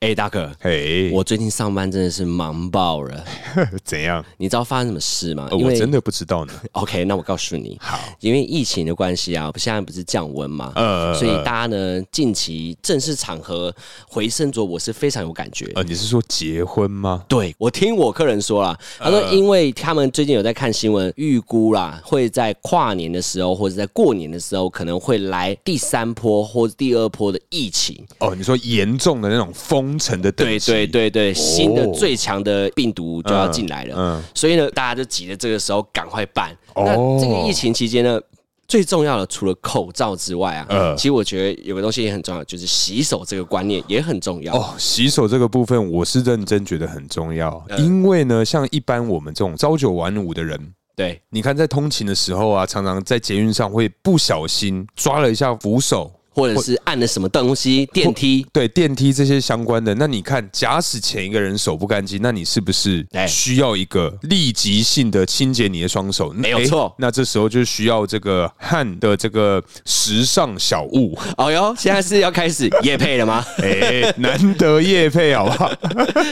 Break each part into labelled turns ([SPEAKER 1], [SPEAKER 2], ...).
[SPEAKER 1] 哎、大可，
[SPEAKER 2] 嘿，
[SPEAKER 1] 我最近上班真的是忙爆了，
[SPEAKER 2] 怎样？
[SPEAKER 1] 你知道发生什么事吗？
[SPEAKER 2] 呃
[SPEAKER 1] 因
[SPEAKER 2] 我
[SPEAKER 1] 为
[SPEAKER 2] 真的不知 道呢。
[SPEAKER 1] OK，那我告诉你，
[SPEAKER 2] 好，
[SPEAKER 1] 因为疫情的关系啊，现在不是降温嘛，
[SPEAKER 2] 呃
[SPEAKER 1] 所以大家呢近期正式场合回身着，我是非常有感觉。
[SPEAKER 2] 呃，你是说结婚吗？
[SPEAKER 1] 对我听我客人说啦，他说
[SPEAKER 2] 呃
[SPEAKER 1] 因为他们最近有在看新闻，预估啦会在跨年的时候或者在过年的时候可能会来第三波或者第二波的疫情。
[SPEAKER 2] 哦，你说严重的那种封城的等
[SPEAKER 1] 对
[SPEAKER 2] 级，
[SPEAKER 1] 对对对，新的
[SPEAKER 2] 哦
[SPEAKER 1] 最强的病毒就要进来了，
[SPEAKER 2] 嗯嗯
[SPEAKER 1] 所以呢，大家就急着这个时候赶快办。
[SPEAKER 2] 哦
[SPEAKER 1] 那这个疫情期间呢，最重要的除了口罩之外啊，
[SPEAKER 2] 嗯
[SPEAKER 1] 其实我觉得有个东西也很重要，就是洗手这个观念也很重要。
[SPEAKER 2] 哦，洗手这个部分我是认真觉得很重要，因为呢，像一般我们这种朝九晚五的人，
[SPEAKER 1] 对，
[SPEAKER 2] 你看在通勤的时候啊，常常在捷运上会不小心抓了一下扶手，
[SPEAKER 1] 或者是按了什么东西，电梯。
[SPEAKER 2] 对电梯这些相关的，那你看，假使前一个人手不干净，那你是不是
[SPEAKER 1] 哎
[SPEAKER 2] 需要一个立即性的清洁你的双手？没
[SPEAKER 1] 有错
[SPEAKER 2] 那这时候就需要这个汉的这个时尚小 物，
[SPEAKER 1] 哦哟，现在是要开始夜配了 吗？
[SPEAKER 2] 哎，难得夜配好不 好？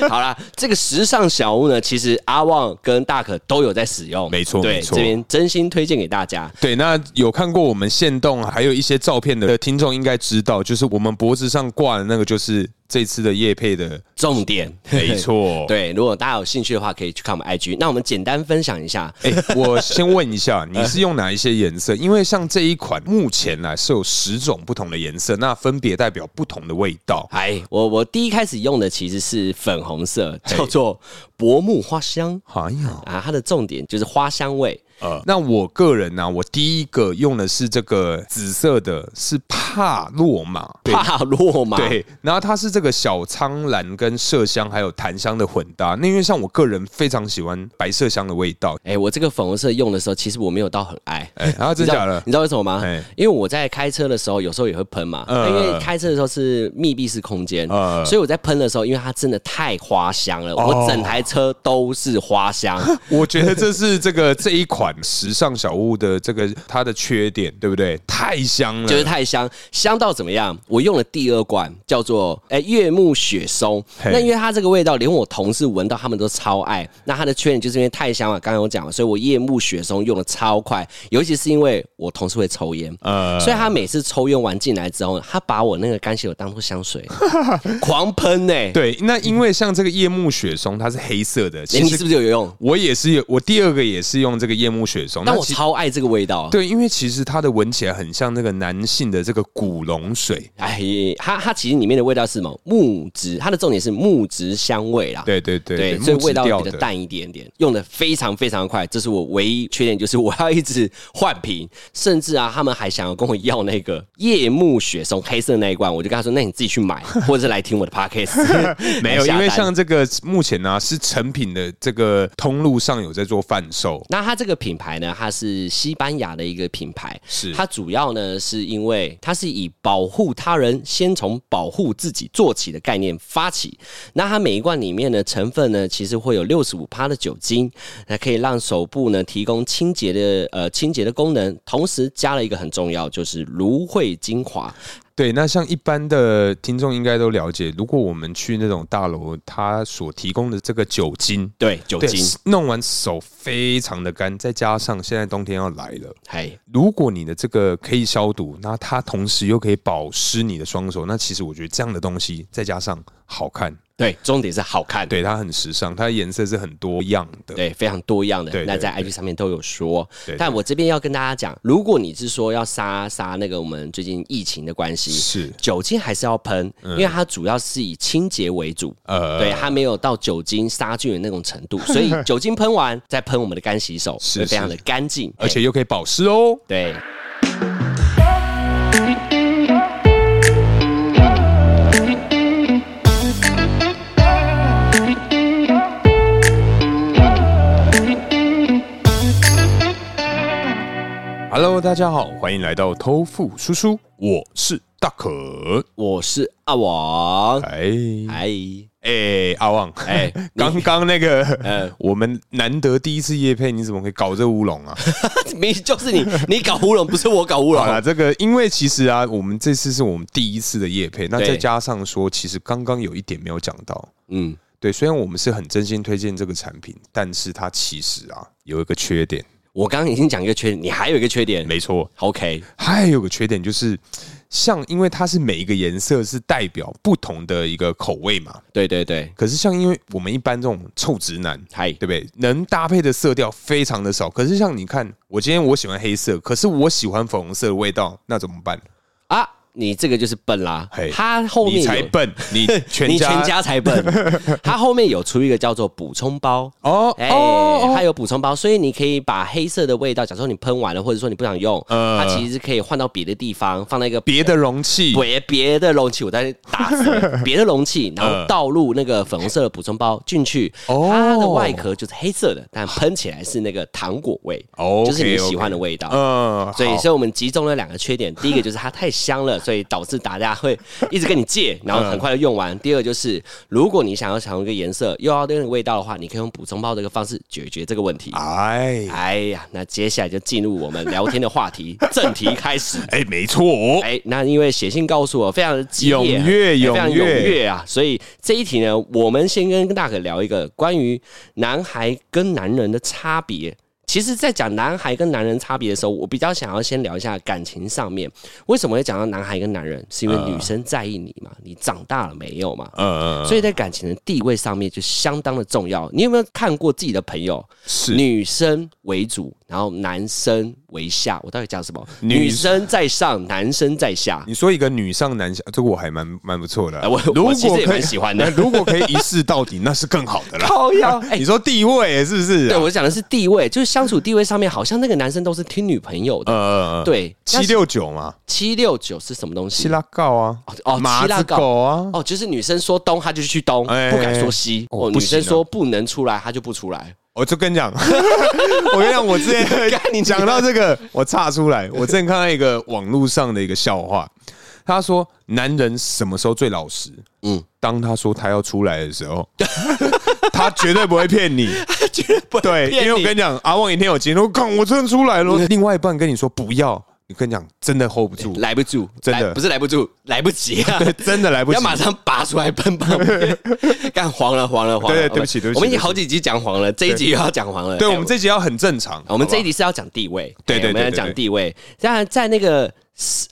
[SPEAKER 1] 好啦，这个时尚小物呢，其实阿旺跟大可都有在使用，
[SPEAKER 2] 没错
[SPEAKER 1] 对，
[SPEAKER 2] 没错
[SPEAKER 1] 这边真心推荐给大家。
[SPEAKER 2] 对，那有看过我们线动还有一些照片的听众应该知道，就是我们脖子上挂的那个，就是这次的夜 配的，
[SPEAKER 1] 重点，
[SPEAKER 2] 没错。。
[SPEAKER 1] 对，如果大家有兴趣的话，可以去看我们 IG。那我们简单分享一下，
[SPEAKER 2] 哎、我先问一 下，你是用哪一些颜色？因为像这一款目前呢是有十种不同的颜色，那分别代表不同的味道。
[SPEAKER 1] 哎，我我第一开始用的其实是粉红色，叫做薄木花香
[SPEAKER 2] 哎呀，
[SPEAKER 1] 啊，它的重点就是花香味。
[SPEAKER 2] 呃，那我个人呢、我第一个用的是这个紫色的，是帕洛玛。对
[SPEAKER 1] 帕洛嘛，
[SPEAKER 2] 对，然后它是这个小苍兰跟麝香还有檀香的混搭。那因为像我个人非常喜欢白麝香的味道，
[SPEAKER 1] 哎、我这个粉红色用的时候，其实我没有到很爱。
[SPEAKER 2] 哎、然后
[SPEAKER 1] 你
[SPEAKER 2] 真
[SPEAKER 1] 知道
[SPEAKER 2] 假的
[SPEAKER 1] 你？知道为什么吗？
[SPEAKER 2] 哎
[SPEAKER 1] 因为我在开车的时候，有时候也会喷嘛。
[SPEAKER 2] 嗯
[SPEAKER 1] 因为开车的时候是密闭式空间，
[SPEAKER 2] 嗯
[SPEAKER 1] 所以我在喷的时候，因为它真的太花香了，
[SPEAKER 2] 哦
[SPEAKER 1] 我整台车都是花香。
[SPEAKER 2] 我觉得这是这个这一款时尚小物的这个它的缺点，对不对？太香了，
[SPEAKER 1] 就是太香，香到怎么样？我用了第二罐，叫做哎、悦木雪松。
[SPEAKER 2] 嘿
[SPEAKER 1] 那因为它这个味道，连我同事闻到他们都超爱。那它的缺点就是因为太香了，刚刚我讲了，所以我夜木雪松用的超快，尤其是因为我同事会抽烟。
[SPEAKER 2] 呃
[SPEAKER 1] 所以他每次抽烟完进来之后，他把我那个干洗手当做香 水，狂喷呢、
[SPEAKER 2] 对，那因为像这个夜幕雪松，它是黑色的，
[SPEAKER 1] 哎
[SPEAKER 2] 其
[SPEAKER 1] 你是
[SPEAKER 2] 实
[SPEAKER 1] 不是有用？
[SPEAKER 2] 我也是有，我第二个也是用这个夜幕雪松，
[SPEAKER 1] 但
[SPEAKER 2] 那
[SPEAKER 1] 我
[SPEAKER 2] 其
[SPEAKER 1] 超爱这个味道。
[SPEAKER 2] 对，因为其实它的闻起来很像那个男性的这个古龙水，
[SPEAKER 1] 哎，它它其实里面的味道是什么？木质，它的重点是木质香味啦。
[SPEAKER 2] 对对对
[SPEAKER 1] 对，所
[SPEAKER 2] 木
[SPEAKER 1] 以
[SPEAKER 2] 质
[SPEAKER 1] 味道
[SPEAKER 2] 调
[SPEAKER 1] 比较
[SPEAKER 2] 的。
[SPEAKER 1] 淡一点点，用的非常非常快。这是我唯一缺点，就是我要一直换瓶，甚至啊，他们还想要跟我要那个夜幕雪松黑色那一罐，我就跟他说，那你自己去买，或者是来听我的 podcast。
[SPEAKER 2] 没有，
[SPEAKER 1] 下
[SPEAKER 2] 因为
[SPEAKER 1] 单
[SPEAKER 2] 像这个目前呢、是成品的这个通路上有在做贩售，
[SPEAKER 1] 那它这个品牌呢，它是西班牙的一个品牌，
[SPEAKER 2] 是
[SPEAKER 1] 它主要呢是因为它是以保护他人先从保护自己做起的概念发起。那它每一罐里面的成分呢，其实会有六十五趴的酒精，那可以让手部呢提供清洁的呃清洁的功能，同时加了一个很重要就是芦荟精华。
[SPEAKER 2] 对，那像一般的听众应该都了解，如果我们去那种大楼，它所提供的这个酒精，
[SPEAKER 1] 对，酒
[SPEAKER 2] 对
[SPEAKER 1] 精，，
[SPEAKER 2] 弄完手非常的干，再加上现在冬天要来了，
[SPEAKER 1] 嘿，
[SPEAKER 2] 如果你的这个可以消毒，那它同时又可以保湿你的双手，那其实我觉得这样的东西再加上好看，
[SPEAKER 1] 对，重点是好看。
[SPEAKER 2] 对它很时尚，它的颜色是很多样的。
[SPEAKER 1] 对，非常多样的。
[SPEAKER 2] 对对
[SPEAKER 1] 那在 IG 上面都有说，
[SPEAKER 2] 对对
[SPEAKER 1] 但我这边要跟大家讲，如果你是说要杀杀那个我们最近疫情的关系，
[SPEAKER 2] 是
[SPEAKER 1] 酒精还是要喷，因为它主要是以清洁为主。
[SPEAKER 2] 嗯呃，
[SPEAKER 1] 对，它没有到酒精杀菌的那种 程度，所以酒精喷完再喷我们的干洗手，
[SPEAKER 2] 是
[SPEAKER 1] 会非常的干净，哎
[SPEAKER 2] 而且又可以保湿哦。
[SPEAKER 1] 对。
[SPEAKER 2] Hello，大家好，欢迎来到偷富叔叔，我是大可。
[SPEAKER 1] 我是阿王，
[SPEAKER 2] 哎，
[SPEAKER 1] 哎，
[SPEAKER 2] 哎，阿旺，
[SPEAKER 1] 哎
[SPEAKER 2] 哎， 刚刚那个，
[SPEAKER 1] 嗯
[SPEAKER 2] 我们难得第一次夜配，你怎么会搞这乌龙啊？
[SPEAKER 1] 没就是 你你搞乌龙，不是我搞乌龙
[SPEAKER 2] 好。啦，这个因为其实啊，我们这次是我们第一次的夜配，那
[SPEAKER 1] 对
[SPEAKER 2] 再加上说，其实刚刚有一点没有讲到，
[SPEAKER 1] 嗯，
[SPEAKER 2] 对，虽然我们是很真心推荐这个产品，但是它其实啊有一个缺点，
[SPEAKER 1] 我刚刚已经讲一个缺点，你还有一个缺点。
[SPEAKER 2] 没错，
[SPEAKER 1] OK，
[SPEAKER 2] 还有个缺点就是，像因为它是每一个颜色是代表不同的一个口味嘛，
[SPEAKER 1] 对对对，
[SPEAKER 2] 可是像因为我们一般这种臭直男，
[SPEAKER 1] 嗨
[SPEAKER 2] 对，不对？能搭配的色调非常的少，可是像你看，我今天我喜欢黑色，可是我喜欢粉红色的味道，那怎么办？
[SPEAKER 1] 啊，你这个就是笨啦
[SPEAKER 2] 嘿。
[SPEAKER 1] 他后面
[SPEAKER 2] 你
[SPEAKER 1] 有
[SPEAKER 2] 才笨，你 全
[SPEAKER 1] 你
[SPEAKER 2] 家
[SPEAKER 1] 全家才笨。 他后面有出一个叫做补充包。
[SPEAKER 2] 哦
[SPEAKER 1] 哎、
[SPEAKER 2] 哦
[SPEAKER 1] 它有补充包，所以你可以把黑色的味道，假如说你喷完了，或者说你不想用，
[SPEAKER 2] 呃
[SPEAKER 1] 它其实可以换到别的地方，放在一个
[SPEAKER 2] 别的容器
[SPEAKER 1] 别别的容器，我在打字， 别的容器，然后倒入那个粉红色的补充包进去，
[SPEAKER 2] 哦
[SPEAKER 1] 它的外壳就是黑色的，但喷起来是那个糖果味，
[SPEAKER 2] OK，
[SPEAKER 1] 就是你喜欢的味道。
[SPEAKER 2] 嗯，
[SPEAKER 1] 所以，
[SPEAKER 2] 好
[SPEAKER 1] 所以我们集中了两个缺点。第一个就是它太香了，所以导致大家会一直跟你借，然后很快就用完。第二就是，如果你想要想用一个颜色，又要那个味道的话，你可以用补充包这个方式解决这个问题。
[SPEAKER 2] 哎
[SPEAKER 1] 哎呀，那接下来就进入我们聊天的话题，正题开始。
[SPEAKER 2] 哎，没错哦，
[SPEAKER 1] 哎，那因为写信告诉我非常的激烈
[SPEAKER 2] 踊跃
[SPEAKER 1] 哎非常
[SPEAKER 2] 踊
[SPEAKER 1] 踊
[SPEAKER 2] 跃
[SPEAKER 1] 跃啊，所以这一题呢，我们先跟大可聊一个关于男孩跟男人的差别。其实，在讲男孩跟男人差别的时候，我比较想要先聊一下感情上面，为什么会讲到男孩跟男人？是因为女生在意你嘛，你长大了没有嘛？
[SPEAKER 2] 嗯，
[SPEAKER 1] 所以在感情的地位上面就相当的重要。你有没有看过自己的朋友，
[SPEAKER 2] 是
[SPEAKER 1] 女生为主，然后男生为下？我到底讲什么？
[SPEAKER 2] 女
[SPEAKER 1] 女生在上，男生在下。
[SPEAKER 2] 你说一个女上男下，这个我还蛮蛮不错的啊。
[SPEAKER 1] 哎我
[SPEAKER 2] 如
[SPEAKER 1] 我其
[SPEAKER 2] 果
[SPEAKER 1] 实也
[SPEAKER 2] 可以
[SPEAKER 1] 蛮喜欢的
[SPEAKER 2] 如果可以一试到底，那是更好的啦。
[SPEAKER 1] 靠腰， 哎、
[SPEAKER 2] 你说啊地位是不是
[SPEAKER 1] 对
[SPEAKER 2] 啊？
[SPEAKER 1] 我讲的是地位，就是相处地位上面，好像那个男生都是听女朋友的。
[SPEAKER 2] 呃，
[SPEAKER 1] 对，
[SPEAKER 2] 七六九嘛，
[SPEAKER 1] 七六九是什么东
[SPEAKER 2] 七
[SPEAKER 1] 西？
[SPEAKER 2] 拉告啊，
[SPEAKER 1] 哦
[SPEAKER 2] 马
[SPEAKER 1] 七拉
[SPEAKER 2] 子
[SPEAKER 1] 告
[SPEAKER 2] 狗啊，
[SPEAKER 1] 哦，就是女生说东，他就去东，
[SPEAKER 2] 哎
[SPEAKER 1] 不敢说西；
[SPEAKER 2] 哦
[SPEAKER 1] 哦，女
[SPEAKER 2] 不行啊
[SPEAKER 1] 生说不能出来，他就不出来。
[SPEAKER 2] 我就跟你讲， 我跟你讲，我之前 你讲到这个，我岔出来，我之前看到一个网络上的一个笑话，他说男人什么时候最老实？嗯
[SPEAKER 1] 嗯，
[SPEAKER 2] 当他说他要出来的时候， 他绝对不会骗你。
[SPEAKER 1] 绝对不
[SPEAKER 2] 对，因为我跟你讲，阿旺一天有经历，我靠，我真的出来了。另外一半跟你说不要，你跟你讲，真的 hold 不住，
[SPEAKER 1] 来不住，哎
[SPEAKER 2] 真的
[SPEAKER 1] 来不是来不住，来不及啊！
[SPEAKER 2] 真的来不及
[SPEAKER 1] 要。马上拔出来喷旁边，干黄了黄了黄了！
[SPEAKER 2] 对对对不起对不起
[SPEAKER 1] 我们已经好几集讲黄了，这一集又要讲黄了。
[SPEAKER 2] 对，
[SPEAKER 1] 哎
[SPEAKER 2] 我们这集要很正常。
[SPEAKER 1] 我们这一集
[SPEAKER 2] 集
[SPEAKER 1] 是要讲地位，
[SPEAKER 2] 对对
[SPEAKER 1] 哎我们
[SPEAKER 2] 对
[SPEAKER 1] 要
[SPEAKER 2] 对对
[SPEAKER 1] 讲地位。当然，在那个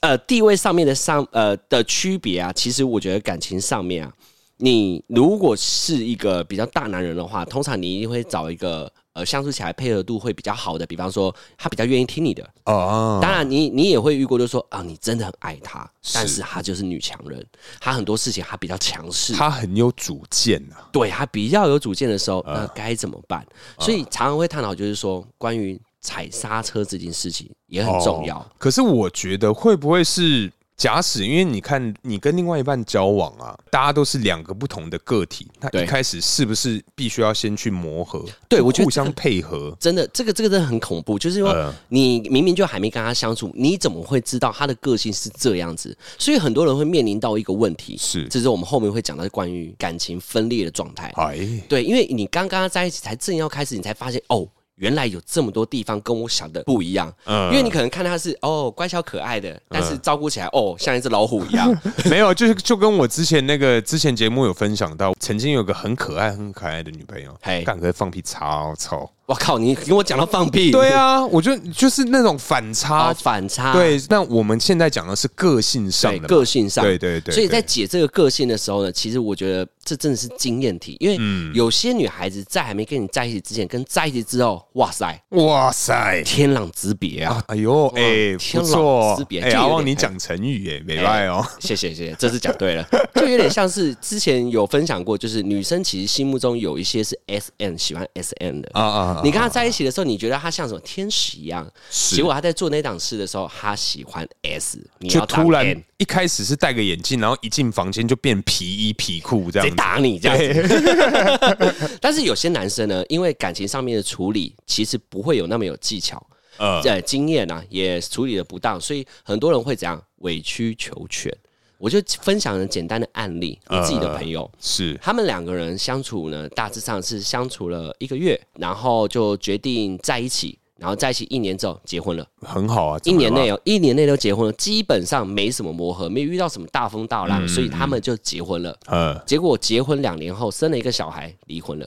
[SPEAKER 1] 呃地位上面的上呃的区别啊，其实我觉得感情上面啊，你如果是一个比较大男人的话，通常你一定会找一个呃相处起来配合度会比较好的，比方说他比较愿意听你的。
[SPEAKER 2] 哦，
[SPEAKER 1] 当然你，你也会遇过，就说啊，你真的很爱他，但是他就是女强人，他很多事情他比较强势，
[SPEAKER 2] 他很有主见啊。
[SPEAKER 1] 对他比较有主见的时候，那该怎么办？所以常常会探讨，就是说关于踩刹车这件事情也很重要。
[SPEAKER 2] 哦可是我觉得会不会是假使？因为你看，你跟另外一半交往啊，大家都是两个不同的个体，那一
[SPEAKER 1] 对
[SPEAKER 2] 开始是不是必须要先去磨合？
[SPEAKER 1] 对我觉得
[SPEAKER 2] 互
[SPEAKER 1] 这个
[SPEAKER 2] 相配合。
[SPEAKER 1] 真的，这个这个真的很恐怖，就是
[SPEAKER 2] 呃
[SPEAKER 1] 说你明明就还没跟他相处，你怎么会知道他的个性是这样子？所以很多人会面临到一个问题，
[SPEAKER 2] 是
[SPEAKER 1] 这是我们后面会讲到关于感情分裂的状态。
[SPEAKER 2] 哎，
[SPEAKER 1] 对，因为你刚刚在一起，才正要开始，你才发现哦，原来有这么多地方跟我想的不一样。
[SPEAKER 2] 嗯
[SPEAKER 1] 因为你可能看他是哦乖巧可爱的，但是照顾起来哦像一只老虎一 样。
[SPEAKER 2] 没有，就是就跟我之前那个之前节目有分享到，曾经有个很可爱很可爱的女朋友，
[SPEAKER 1] 嘿
[SPEAKER 2] 干个放屁超臭。
[SPEAKER 1] 我靠，你跟我讲到放屁，
[SPEAKER 2] 对啊，我觉得就是那种反
[SPEAKER 1] 啊，
[SPEAKER 2] 差。
[SPEAKER 1] 反差，
[SPEAKER 2] 对，那我们现在讲的是个性上
[SPEAKER 1] 对，
[SPEAKER 2] 的嘛
[SPEAKER 1] 个性上，
[SPEAKER 2] 对对对，
[SPEAKER 1] 所以在
[SPEAKER 2] 对
[SPEAKER 1] 解这个个性的时候呢，其实我觉得这真的是经验题，因
[SPEAKER 2] 嗯
[SPEAKER 1] 为有些女孩子在还没跟你在一起之前，跟在一起之后，哇塞，
[SPEAKER 2] 哇塞，
[SPEAKER 1] 天壤之别啊！
[SPEAKER 2] 哎呦，哎、
[SPEAKER 1] 天
[SPEAKER 2] 不
[SPEAKER 1] 壤
[SPEAKER 2] 错
[SPEAKER 1] 之，别
[SPEAKER 2] 哎、
[SPEAKER 1] 就有
[SPEAKER 2] 阿旺
[SPEAKER 1] 点
[SPEAKER 2] 你
[SPEAKER 1] 太
[SPEAKER 2] 讲成语，哎，没赖哦，
[SPEAKER 1] 谢谢谢谢，这次讲对了， 就有点像是之前有分享过，就是女生其实心目中有一些是 S M 喜欢 S M 的。
[SPEAKER 2] 啊啊啊，
[SPEAKER 1] 你跟她在一起的时候，你觉得她像什么天使一样？
[SPEAKER 2] 是
[SPEAKER 1] 结果她在做那档事的时候，她喜欢 S，你
[SPEAKER 2] 就
[SPEAKER 1] 要当
[SPEAKER 2] 突然
[SPEAKER 1] M
[SPEAKER 2] 一开始是戴个眼镜，然后一进房间就变皮衣皮裤这
[SPEAKER 1] 直
[SPEAKER 2] 样
[SPEAKER 1] 接
[SPEAKER 2] 子，
[SPEAKER 1] 打你这样子。 但是有些男生呢，因为感情上面的处理其实不会有那么有技巧，
[SPEAKER 2] 呃
[SPEAKER 1] 呃，经验啊也处理的不当，所以很多人会怎样委曲求全。我就分享了简单的案例，我自己
[SPEAKER 2] 嗯
[SPEAKER 1] 的朋友。
[SPEAKER 2] 是
[SPEAKER 1] 他们两个人相处呢，大致上是相处了一个月，然后就决定在一起，然后在一起一年之后结婚了。
[SPEAKER 2] 很好啊，
[SPEAKER 1] 一
[SPEAKER 2] 怎么
[SPEAKER 1] 年
[SPEAKER 2] 了
[SPEAKER 1] 内
[SPEAKER 2] 吧
[SPEAKER 1] 哦，一年内都结婚了，基本上没什么磨合，没遇到什么大风大浪，所以他们就结婚了。
[SPEAKER 2] 呃
[SPEAKER 1] 结果结婚两年后生了一个小孩，离婚了。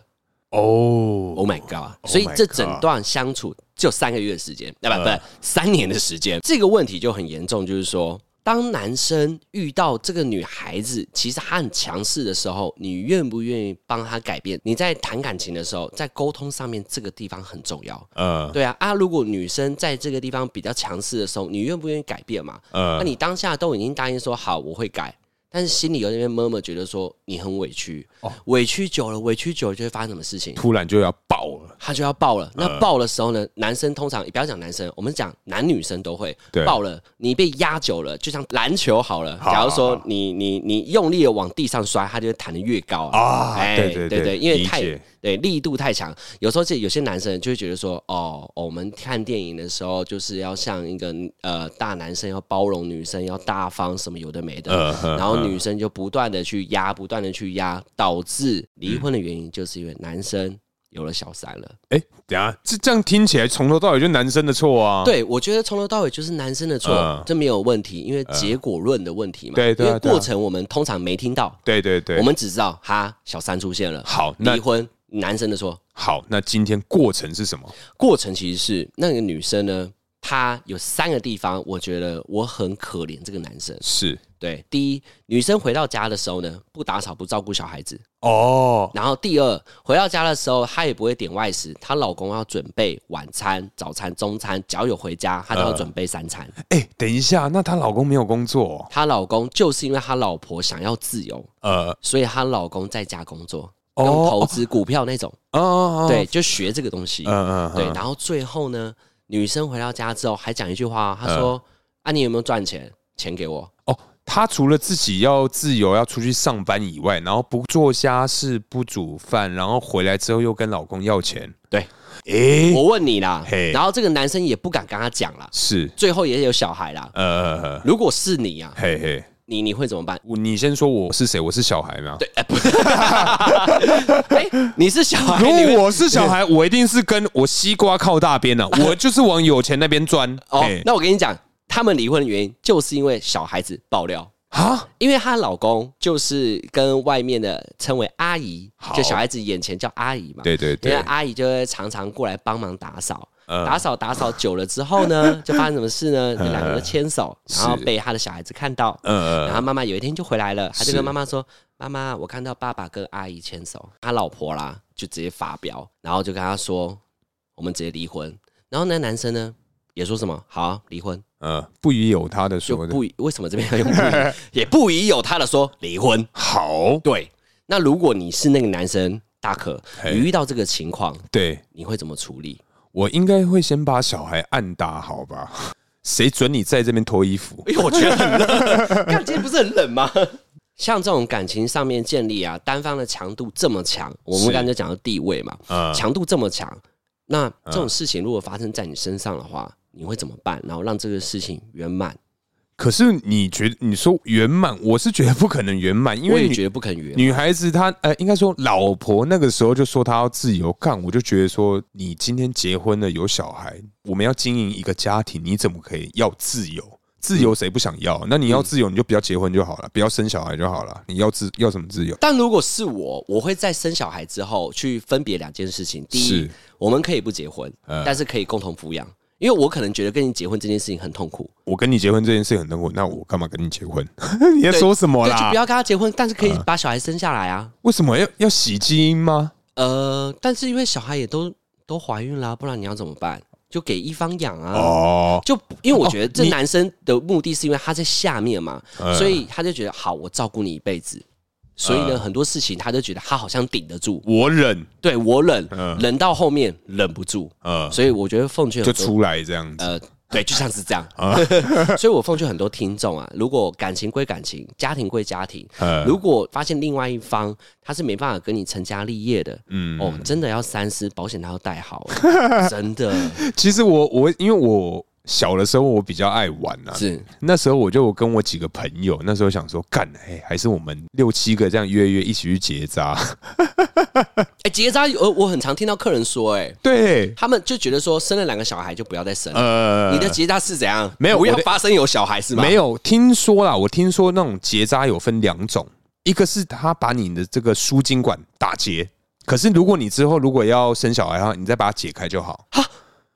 [SPEAKER 2] 哦
[SPEAKER 1] Oh my god！所以这整段相处就三个月的时间，啊不不，三年的时间。这个问题就很严重，就是说，当男生遇到这个女孩子，其实她很强势的时候，你愿不愿意帮她改变？你在谈感情的时候，在沟通上面这个地方很重要。
[SPEAKER 2] 呃
[SPEAKER 1] 对啊啊！如果女生在这个地方比较强势的时候，你愿不愿意改变嘛？那、
[SPEAKER 2] 呃
[SPEAKER 1] 你当下都已经答应说好我会改，但是心里有那边默默觉得说你很委屈，委屈久了，委屈久了就会发生什么事情？
[SPEAKER 2] 突然就要爆了，
[SPEAKER 1] 他就要爆了。
[SPEAKER 2] 嗯
[SPEAKER 1] 那爆的时候呢，男生通常不要讲男生，我们讲男女生都会
[SPEAKER 2] 对
[SPEAKER 1] 爆了。你被压久了，就像篮球好了，
[SPEAKER 2] 好
[SPEAKER 1] 假如说
[SPEAKER 2] 好
[SPEAKER 1] 你你你用力的往地上摔，它就会弹得越高
[SPEAKER 2] 啊对对
[SPEAKER 1] 哎对
[SPEAKER 2] 对
[SPEAKER 1] 对，因为
[SPEAKER 2] 理
[SPEAKER 1] 太
[SPEAKER 2] 解
[SPEAKER 1] 对力度太强。有时候这有些男生就会觉得说，哦，哦我们看电影的时候就是要像一个呃大男生要包容女生，要大方什么有的没的。
[SPEAKER 2] 呃呵
[SPEAKER 1] 然后女生就不断的去压，不断的去压，导致离婚的原因就是因为男生有了小三了。
[SPEAKER 2] 哎，等一下这这样听起来从头到尾就男生的错啊，
[SPEAKER 1] 对，我觉得从头到尾就是男生的错，
[SPEAKER 2] 嗯
[SPEAKER 1] 这没有问题，因为结果论的问题嘛。
[SPEAKER 2] 对对啊
[SPEAKER 1] 因为
[SPEAKER 2] 对啊
[SPEAKER 1] 过程我们通常没听到，
[SPEAKER 2] 对对对，
[SPEAKER 1] 我们只知道哈小三出现了，
[SPEAKER 2] 好那
[SPEAKER 1] 离婚，男生的错。
[SPEAKER 2] 好，那今天过程是什么？
[SPEAKER 1] 过程其实是那个女生呢，她有三个地方，我觉得我很可怜这个男生。
[SPEAKER 2] 是
[SPEAKER 1] 对，第一，女生回到家的时候呢，不打扫，不照顾小孩子。
[SPEAKER 2] 哦，
[SPEAKER 1] 然后第二，回到家的时候，她也不会点外食，她老公要准备晚餐、早餐、中餐，只要有回家，她都要准备三餐。
[SPEAKER 2] 哎，等一下，那她老公没有工作
[SPEAKER 1] 她老公就是因为她老婆想要自由，
[SPEAKER 2] 哦，呃，
[SPEAKER 1] 所以她老公在家工作，
[SPEAKER 2] 哦
[SPEAKER 1] 用投资股票那种，
[SPEAKER 2] 哦哦，哦
[SPEAKER 1] 对，，就学这个东西。
[SPEAKER 2] 嗯嗯，嗯
[SPEAKER 1] 对，，然后最后呢，女生回到家之后还讲一句话，她说：“
[SPEAKER 2] 嗯
[SPEAKER 1] 啊，你有没有赚钱？钱给我。
[SPEAKER 2] 哦，她除了自己要自由要出去上班以外，然后不做家事、不煮饭，然后回来之后又跟老公要钱，
[SPEAKER 1] 对，哦
[SPEAKER 2] 哎，
[SPEAKER 1] 我问你啦。
[SPEAKER 2] 嘿”嗯
[SPEAKER 1] 然后这个男生也不敢跟她讲啦，
[SPEAKER 2] 是，
[SPEAKER 1] 最后也有小孩啦。
[SPEAKER 2] 呃，
[SPEAKER 1] 如果是你啊，
[SPEAKER 2] 嘿嘿，
[SPEAKER 1] 你你会怎 么办？
[SPEAKER 2] 我你先说我是谁？我是小孩吗？对，
[SPEAKER 1] 哎、你是小孩，
[SPEAKER 2] 如
[SPEAKER 1] 哎你会
[SPEAKER 2] 果我是小孩，我一定是跟我西瓜靠大边了，我就是往有钱那边钻。
[SPEAKER 1] 哦
[SPEAKER 2] 嘿，
[SPEAKER 1] 那我跟你讲，他们离婚的原因就是因为小孩子爆料。
[SPEAKER 2] 啊，
[SPEAKER 1] 因为她老公就是跟外面的称为阿姨
[SPEAKER 2] 好，
[SPEAKER 1] 就小孩子眼前叫阿姨嘛。
[SPEAKER 2] 对对
[SPEAKER 1] 因为
[SPEAKER 2] 对，
[SPEAKER 1] 阿姨就会常常过来帮忙打扫，
[SPEAKER 2] 嗯
[SPEAKER 1] 打扫打扫久了之后呢，就发生什么事 呢？就两个人就牵手，然后
[SPEAKER 2] 是
[SPEAKER 1] 被她的小孩子看到，
[SPEAKER 2] 呃
[SPEAKER 1] 然后妈妈有一天就回来了，她就是跟妈妈说：“妈妈，我看到爸爸跟阿姨牵手。”她老婆啦就直接发飙，然后就跟她说：“我们直接离婚。”然后那男生呢也说什么：“好啊、离婚。”
[SPEAKER 2] 呃，不疑有他的
[SPEAKER 1] 就
[SPEAKER 2] 说的
[SPEAKER 1] 不疑为什么这边要用不疑，也不疑有他的说离婚。
[SPEAKER 2] 好，
[SPEAKER 1] 对，那如果你是那个男生大可，
[SPEAKER 2] 嘿
[SPEAKER 1] 你遇到这个情况，
[SPEAKER 2] 对
[SPEAKER 1] 你会怎么处理？
[SPEAKER 2] 我应该会先把小孩按打好吧？谁准你在这边脱衣服？
[SPEAKER 1] 哎因为我觉得很 冷，看今天不是很冷吗？像这种感情上面建立啊，单方的强度这么强，我们
[SPEAKER 2] 是
[SPEAKER 1] 刚才讲到地位嘛，
[SPEAKER 2] 呃，
[SPEAKER 1] 强度这么强，那这
[SPEAKER 2] 嗯
[SPEAKER 1] 种事情如果发生在你身上的话，你会怎么办？然后让这个事情圆满？
[SPEAKER 2] 可是你觉得你说圆满，我是觉得不可能圆满，因
[SPEAKER 1] 我
[SPEAKER 2] 为
[SPEAKER 1] 也
[SPEAKER 2] 女
[SPEAKER 1] 觉得不肯圆满。
[SPEAKER 2] 女孩子她呃，应该说老婆那个时候就说她要自由，干我就觉得说你今天结婚了有小孩，我们要经营一个家庭，你怎么可以要自由？自
[SPEAKER 1] 嗯
[SPEAKER 2] 由谁不想要？那你要自由，你就不要结婚就好了，不要生小孩就好了。你要自要什么自由？
[SPEAKER 1] 但如果是我，我会在生小孩之后去分别两件事情。第一
[SPEAKER 2] 是，嗯
[SPEAKER 1] 我们可以不结婚，但是可以共同抚养，因为我可能觉得跟你结婚这件事情很痛苦，
[SPEAKER 2] 我跟你结婚这件事很痛苦，那我干嘛跟你结婚？ 你在说什么
[SPEAKER 1] 对，就
[SPEAKER 2] 啦嗯
[SPEAKER 1] 不？要跟他结婚，但是可以把小孩生下来啊。
[SPEAKER 2] 为什么要要洗基因吗？
[SPEAKER 1] 呃，但是因为小孩也都都怀孕啦、不然你要怎么办？就给一方养啊。
[SPEAKER 2] 哦，
[SPEAKER 1] 就因为我觉得这
[SPEAKER 2] 你哎
[SPEAKER 1] 男生的目的是因为他在下面嘛，所以他就觉得好，我照顾你一辈子。所以
[SPEAKER 2] 哎
[SPEAKER 1] 呢，很多事情他就觉得他好像顶得住，
[SPEAKER 2] 我忍，
[SPEAKER 1] 对我忍，
[SPEAKER 2] 嗯
[SPEAKER 1] 忍到后面忍不住。
[SPEAKER 2] 呃，
[SPEAKER 1] 所以我觉得奉劝
[SPEAKER 2] 就
[SPEAKER 1] 很多
[SPEAKER 2] 出哎来这样子。
[SPEAKER 1] 呃，对，就像是这样。 所以我奉劝很多听众啊，如果感情归感情，家庭归家庭，
[SPEAKER 2] 呃，
[SPEAKER 1] 如果发现另外一方他是没办法跟你成家立业的，嗯， 哦，真的要三思，保险他要带好，真的。
[SPEAKER 2] 其实我我因为我小的时候我比较爱玩啊，
[SPEAKER 1] 是
[SPEAKER 2] 那时候我就跟我几个朋友，那时候想说干，哎、还是我们六七个这样约约一起去结扎。
[SPEAKER 1] 哎、结扎，我我很常听到客人说、哎，
[SPEAKER 2] 对，
[SPEAKER 1] 他们就觉得说生了两个小孩就不要再生了。
[SPEAKER 2] 呃，
[SPEAKER 1] 你的结扎是怎样？
[SPEAKER 2] 没有
[SPEAKER 1] 不要
[SPEAKER 2] 我的
[SPEAKER 1] 发生有小孩是吗？
[SPEAKER 2] 没有听说啦，我听说那种结扎有分两种，一个是他把你的这个输精管打结，可是如果你之后如果要生小孩的话，你再把它解开就好，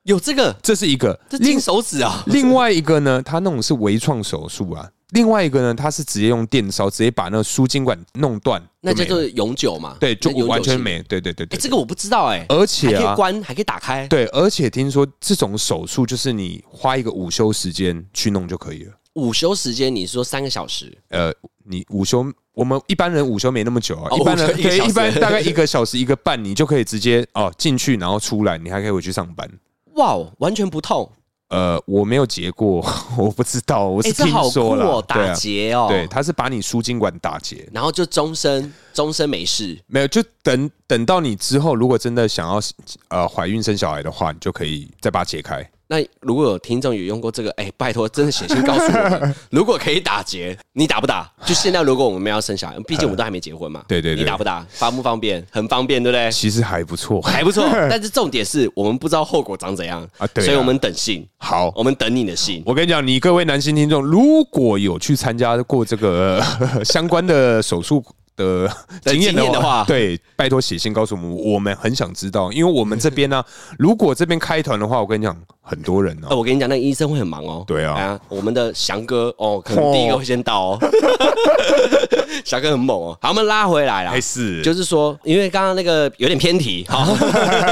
[SPEAKER 1] 有这个，
[SPEAKER 2] 这是一个。
[SPEAKER 1] 这
[SPEAKER 2] 另
[SPEAKER 1] 金手指啊，
[SPEAKER 2] 另外一个呢，他那种是微创手术啊。另外一个呢，他是直接用电烧，直接把那个输精管弄断，
[SPEAKER 1] 那
[SPEAKER 2] 就
[SPEAKER 1] 叫
[SPEAKER 2] 没了
[SPEAKER 1] 做永久嘛？
[SPEAKER 2] 对，就
[SPEAKER 1] 那永久
[SPEAKER 2] 完全
[SPEAKER 1] 性。
[SPEAKER 2] 没，对对对对
[SPEAKER 1] 哎、这个我不知道哎、
[SPEAKER 2] 而
[SPEAKER 1] 还
[SPEAKER 2] 且
[SPEAKER 1] 可以
[SPEAKER 2] 啊，
[SPEAKER 1] 关，还可以打开。
[SPEAKER 2] 对，而且听说这种手术就是你花一个午休时间去弄就可以了。
[SPEAKER 1] 午休时间你说三个小时，
[SPEAKER 2] 呃，你午休，我们一般人午休没那么久啊，
[SPEAKER 1] 哦
[SPEAKER 2] 一般人
[SPEAKER 1] 午休一个
[SPEAKER 2] 对
[SPEAKER 1] 小时
[SPEAKER 2] 一般大概一个小时一个半，你就可以直接哦进去，然后出来，你还可以回去上班。
[SPEAKER 1] 哇哦，完全不痛。
[SPEAKER 2] 呃，我没有结过，我不知道，我
[SPEAKER 1] 哎、
[SPEAKER 2] 是
[SPEAKER 1] 这
[SPEAKER 2] 听
[SPEAKER 1] 好酷
[SPEAKER 2] 说了，
[SPEAKER 1] 哦，
[SPEAKER 2] 对
[SPEAKER 1] 打
[SPEAKER 2] 啊，
[SPEAKER 1] 结哦，
[SPEAKER 2] 对，他是把你输精管打结，
[SPEAKER 1] 然后就终身终身没事。
[SPEAKER 2] 没有，就等等到你之后，如果真的想要呃怀孕生小孩的话，你就可以再把它解开。
[SPEAKER 1] 那如果有听众有用过这个，哎、拜托，真的写信告诉我 们，如果可以打结，你打不打？就现在，如果我们要生小 孩，毕竟我们都还没结婚嘛，
[SPEAKER 2] 对对对
[SPEAKER 1] 你打不打？方不方便？很方便，对不对？
[SPEAKER 2] 其实还不错，
[SPEAKER 1] 还不错，但是重点是我们不知道后果长怎样
[SPEAKER 2] 啊对啊哦
[SPEAKER 1] 所以我们等信，
[SPEAKER 2] 好，
[SPEAKER 1] 我们等你的信。
[SPEAKER 2] 我跟你讲，你各位男性听众，如果有去参加过这个 呃相关的手术的
[SPEAKER 1] 的
[SPEAKER 2] 经验
[SPEAKER 1] 经验的
[SPEAKER 2] 的
[SPEAKER 1] 话
[SPEAKER 2] 话，对，拜托写信告诉我们，我们很想知道，因为我们这边呢、如果这边开团的话，我跟你讲，很多人哦、
[SPEAKER 1] 呃，我跟你讲，那个医生会很忙哦。
[SPEAKER 2] 对啊
[SPEAKER 1] 哎呀，我们的翔哥哦，可能第一个会先到哦。 翔哥很猛哦。好，我们拉回来啦。
[SPEAKER 2] 是
[SPEAKER 1] 就是说，因为刚刚那个有点偏题， 好，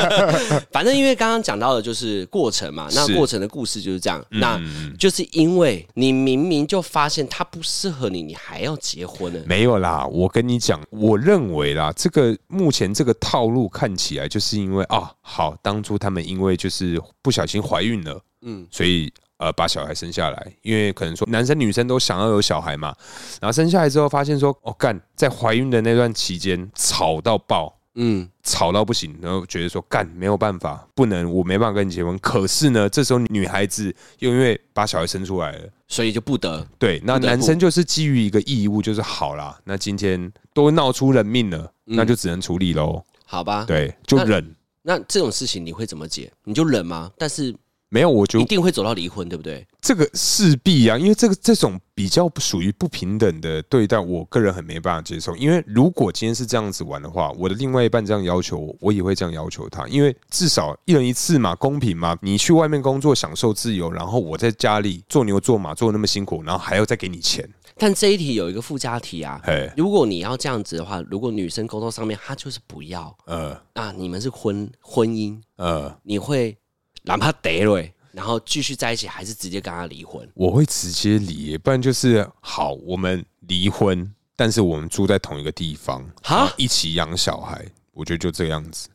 [SPEAKER 1] 反正因为刚刚讲到的就是过程嘛，那
[SPEAKER 2] 是嗯
[SPEAKER 1] 过程的故事就是这样，那就是因为你明明就发现他不适合你，你还要结婚呢，
[SPEAKER 2] 没有啦，我跟你讲，我认为啦，这个目前这个套路看起来，就是因为啊，好，当初他们因为就是不小心怀孕了，嗯，所以呃把小孩生下来，因为可能说男生女生都想要有小孩嘛，然后生下来之后发现说，哦干，在怀孕的那段期间吵到爆。
[SPEAKER 1] 嗯，
[SPEAKER 2] 吵到不行，然后觉得说干没有办法，不能，我没办法跟你结婚。可是呢，这时候女孩子又因为把小孩生出来了，
[SPEAKER 1] 所以就不得，
[SPEAKER 2] 对，那
[SPEAKER 1] 不得不
[SPEAKER 2] 男生就是基于一个义务，就是好啦，那今天都闹出人命了，那就只能处理喽。
[SPEAKER 1] 好吧？
[SPEAKER 2] 对，就
[SPEAKER 1] 那
[SPEAKER 2] 忍。
[SPEAKER 1] 那这种事情你会怎么解？你就忍吗？但是
[SPEAKER 2] 没有，我觉
[SPEAKER 1] 一
[SPEAKER 2] 得
[SPEAKER 1] 定会走到离婚，对不对？
[SPEAKER 2] 这个势必啊，因为这个这种比较不属于不平等的对待，我个人很没办法接受。因为如果今天是这样子玩的话，我的另外一半这样要求我，我也会这样要求他，因为至少一人一次嘛，公平嘛。你去外面工作享受自由，然后我在家里做牛做马做得那么辛苦，然后还要再给你钱，
[SPEAKER 1] 但这一题有一个附加题啊，
[SPEAKER 2] 嘿，
[SPEAKER 1] 如果你要这样子的话，如果女生沟通上面她就是不要
[SPEAKER 2] 呃
[SPEAKER 1] 啊，你们是婚婚姻，
[SPEAKER 2] 呃，
[SPEAKER 1] 你会哪怕得了，然后继续在一起，还是直接跟他离婚？
[SPEAKER 2] 我会直接离耶，不然就是好，我们离婚，但是我们住在同一个地方，
[SPEAKER 1] 哈
[SPEAKER 2] 然后一起养小孩，我觉得就这样子。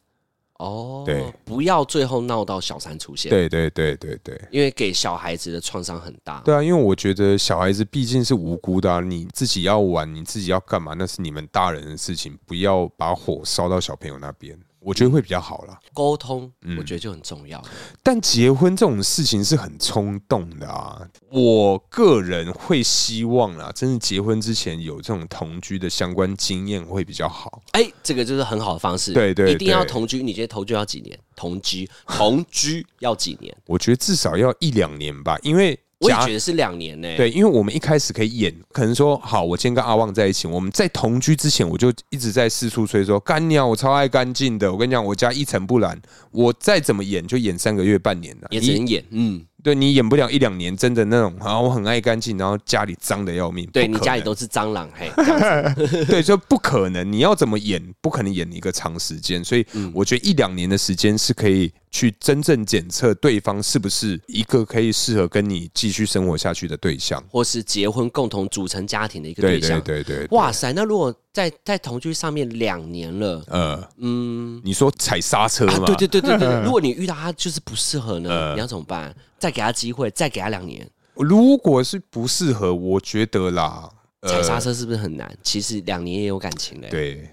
[SPEAKER 1] 哦，
[SPEAKER 2] 对，
[SPEAKER 1] 不要最后闹到小三出现，
[SPEAKER 2] 对对对对对。
[SPEAKER 1] 因为给小孩子的创伤很大。
[SPEAKER 2] 对啊，因为我觉得小孩子毕竟是无辜的、啊，你自己要玩，你自己要干嘛，那是你们大人的事情，不要把火烧到小朋友那边，我觉得会比较好啦。
[SPEAKER 1] 沟通，
[SPEAKER 2] 嗯
[SPEAKER 1] 我觉得就很重要。
[SPEAKER 2] 但结婚这种事情是很冲动的啊，我个人会希望啦，真的结婚之前有这种同居的相关经验会比较好。
[SPEAKER 1] 哎、这个就是很好的方式。
[SPEAKER 2] 对对
[SPEAKER 1] 一定要
[SPEAKER 2] 对
[SPEAKER 1] 同居。你觉得同居要几年？同居， 同居要几年？
[SPEAKER 2] 我觉得至少要一两年吧，因为
[SPEAKER 1] 我也
[SPEAKER 2] 假
[SPEAKER 1] 觉得是两年呢、
[SPEAKER 2] 对，因为我们一开始可以演，可能说好，我今天跟阿旺在一起，我们在同居之前，我就一直在四处吹说干鸟，我超爱干净的。我跟你讲，我家一尘不染，我再怎么演就演三个月半年了、
[SPEAKER 1] 也只
[SPEAKER 2] 你
[SPEAKER 1] 能演。嗯，
[SPEAKER 2] 对你演不了一两年，真的那种啊，我很爱干净，然后家里脏的要命，
[SPEAKER 1] 对
[SPEAKER 2] 不
[SPEAKER 1] 你
[SPEAKER 2] 可
[SPEAKER 1] 家里
[SPEAKER 2] 能
[SPEAKER 1] 都是蟑螂， 嘿，这样子
[SPEAKER 2] 对，就不可能，你要怎么演，不可能演一个长时间，所以
[SPEAKER 1] 嗯
[SPEAKER 2] 我觉得一两年的时间是可以去真正检测对方是不是一个可以适合跟你继续生活下去的对象。
[SPEAKER 1] 或是结婚共同组成家庭的一个
[SPEAKER 2] 对
[SPEAKER 1] 对
[SPEAKER 2] 对
[SPEAKER 1] 象。
[SPEAKER 2] 对对，对
[SPEAKER 1] 哇塞，那如果在在同居上面两年了，
[SPEAKER 2] 呃，
[SPEAKER 1] 嗯，
[SPEAKER 2] 你说踩刹车
[SPEAKER 1] 啊，
[SPEAKER 2] 嘛？
[SPEAKER 1] 对对对对 对，如果你遇到他就是不适合
[SPEAKER 2] 嗯
[SPEAKER 1] 呢，你要怎么办？再给他机会，再给他两年，
[SPEAKER 2] 如果是不适合，我觉得啦，
[SPEAKER 1] 踩刹车是不是很难？其实两年也有感情嘞。
[SPEAKER 2] 嗯对，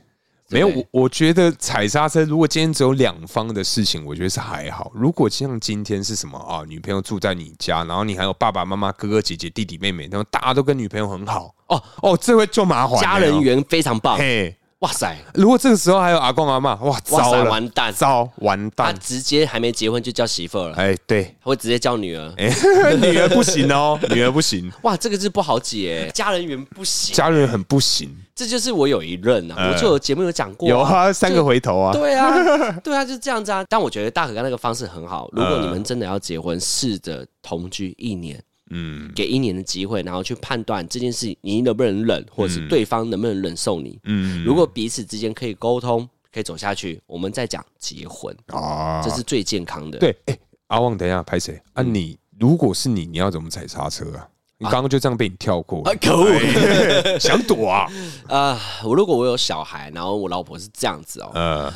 [SPEAKER 2] 没有，
[SPEAKER 1] 对不
[SPEAKER 2] 我
[SPEAKER 1] 对
[SPEAKER 2] 我觉得踩刹车，如果今天只有两方的事情，我觉得是还好。如果像今天是什么啊，女朋友住在你家，然后你还有爸爸妈妈、哥哥姐姐、弟弟妹妹，然后大家都跟女朋友很好，哦哦，这会就麻烦了
[SPEAKER 1] 家人缘非常棒，
[SPEAKER 2] 嘿。
[SPEAKER 1] 哇塞，
[SPEAKER 2] 如果这个时候还有阿公阿妈，哇，
[SPEAKER 1] 哇
[SPEAKER 2] 糟
[SPEAKER 1] 塞，
[SPEAKER 2] 了，
[SPEAKER 1] 完蛋，
[SPEAKER 2] 糟完
[SPEAKER 1] 他
[SPEAKER 2] 蛋，
[SPEAKER 1] 直接还没结婚就叫媳妇儿了，
[SPEAKER 2] 哎，对，
[SPEAKER 1] 他会直接叫女儿，
[SPEAKER 2] 哎， 女儿不行哦，女儿不行，
[SPEAKER 1] 哇，这个是不好解，家人缘不行，
[SPEAKER 2] 哎家人很不行，
[SPEAKER 1] 这就是我有一任啊，
[SPEAKER 2] 呃
[SPEAKER 1] 我就有节目有讲过、
[SPEAKER 2] 有啊，三个回头啊，
[SPEAKER 1] 对 啊，对啊，就是这样子啊。但我觉得大可刚那个方式很好。如果
[SPEAKER 2] 呃
[SPEAKER 1] 你们真的要结婚，试着同居一年，
[SPEAKER 2] 嗯
[SPEAKER 1] 给一年的机会，然后去判断这件事你能不能忍，或者是对方能不能忍受你。
[SPEAKER 2] 嗯，
[SPEAKER 1] 如果彼此之间可以沟通，可以走下去，我们再讲结婚，
[SPEAKER 2] 啊
[SPEAKER 1] 这是最健康的。嗯
[SPEAKER 2] 对，哎、阿旺，等一下拍谁啊你？如果是你，你要怎么踩刹车啊？你刚刚就这样被你跳过
[SPEAKER 1] 啊
[SPEAKER 2] 了，，
[SPEAKER 1] 可恶！
[SPEAKER 2] 哎 想躲啊？
[SPEAKER 1] 啊，我如果我有小孩，然后我老婆是这样子哦，
[SPEAKER 2] 呃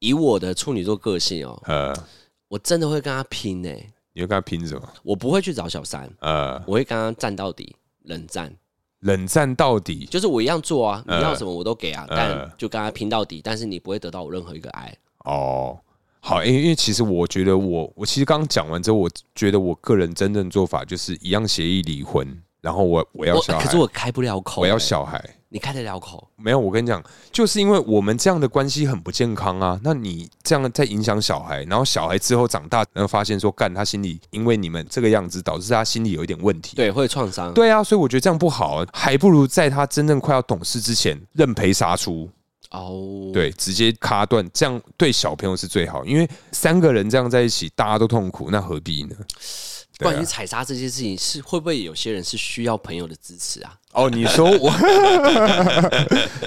[SPEAKER 1] 以我的处女座个性哦，
[SPEAKER 2] 呃，
[SPEAKER 1] 我真的会跟她拼呢、
[SPEAKER 2] 你会跟他拼什么？
[SPEAKER 1] 我不会去找小三，
[SPEAKER 2] 呃，
[SPEAKER 1] 我会跟她战到底，冷战。
[SPEAKER 2] 冷战到底，
[SPEAKER 1] 就是我一样做啊，你
[SPEAKER 2] 呃
[SPEAKER 1] 要什么我都给啊，
[SPEAKER 2] 呃
[SPEAKER 1] 但就跟他拼到底，但是你不会得到我任何一个爱。
[SPEAKER 2] 哦，好，因为因为其实我觉得我我其实刚刚讲完之后，我觉得我个人真正做法就是一样协议离婚，然后我我要
[SPEAKER 1] 我
[SPEAKER 2] 小孩，
[SPEAKER 1] 可是我开不了口、
[SPEAKER 2] 我要
[SPEAKER 1] 欸
[SPEAKER 2] 小孩。
[SPEAKER 1] 你开得了口？
[SPEAKER 2] 没有，我跟你讲，就是因为我们这样的关系很不健康啊。那你这样在影响小孩，然后小孩之后长大，然后发现说，干他心里因为你们这个样子，导致他心里有一点问题。
[SPEAKER 1] 对，会创伤。
[SPEAKER 2] 对啊，所以我觉得这样不好啊，还不如在他真正快要懂事之前认赔杀出，
[SPEAKER 1] 哦，
[SPEAKER 2] 对，直接卡断，这样对小朋友是最好。因为三个人这样在一起，大家都痛苦，那何必呢？对啊
[SPEAKER 1] 关于踩刹这件事情，是会不会有些人是需要朋友的支持啊？
[SPEAKER 2] 哦，你说 我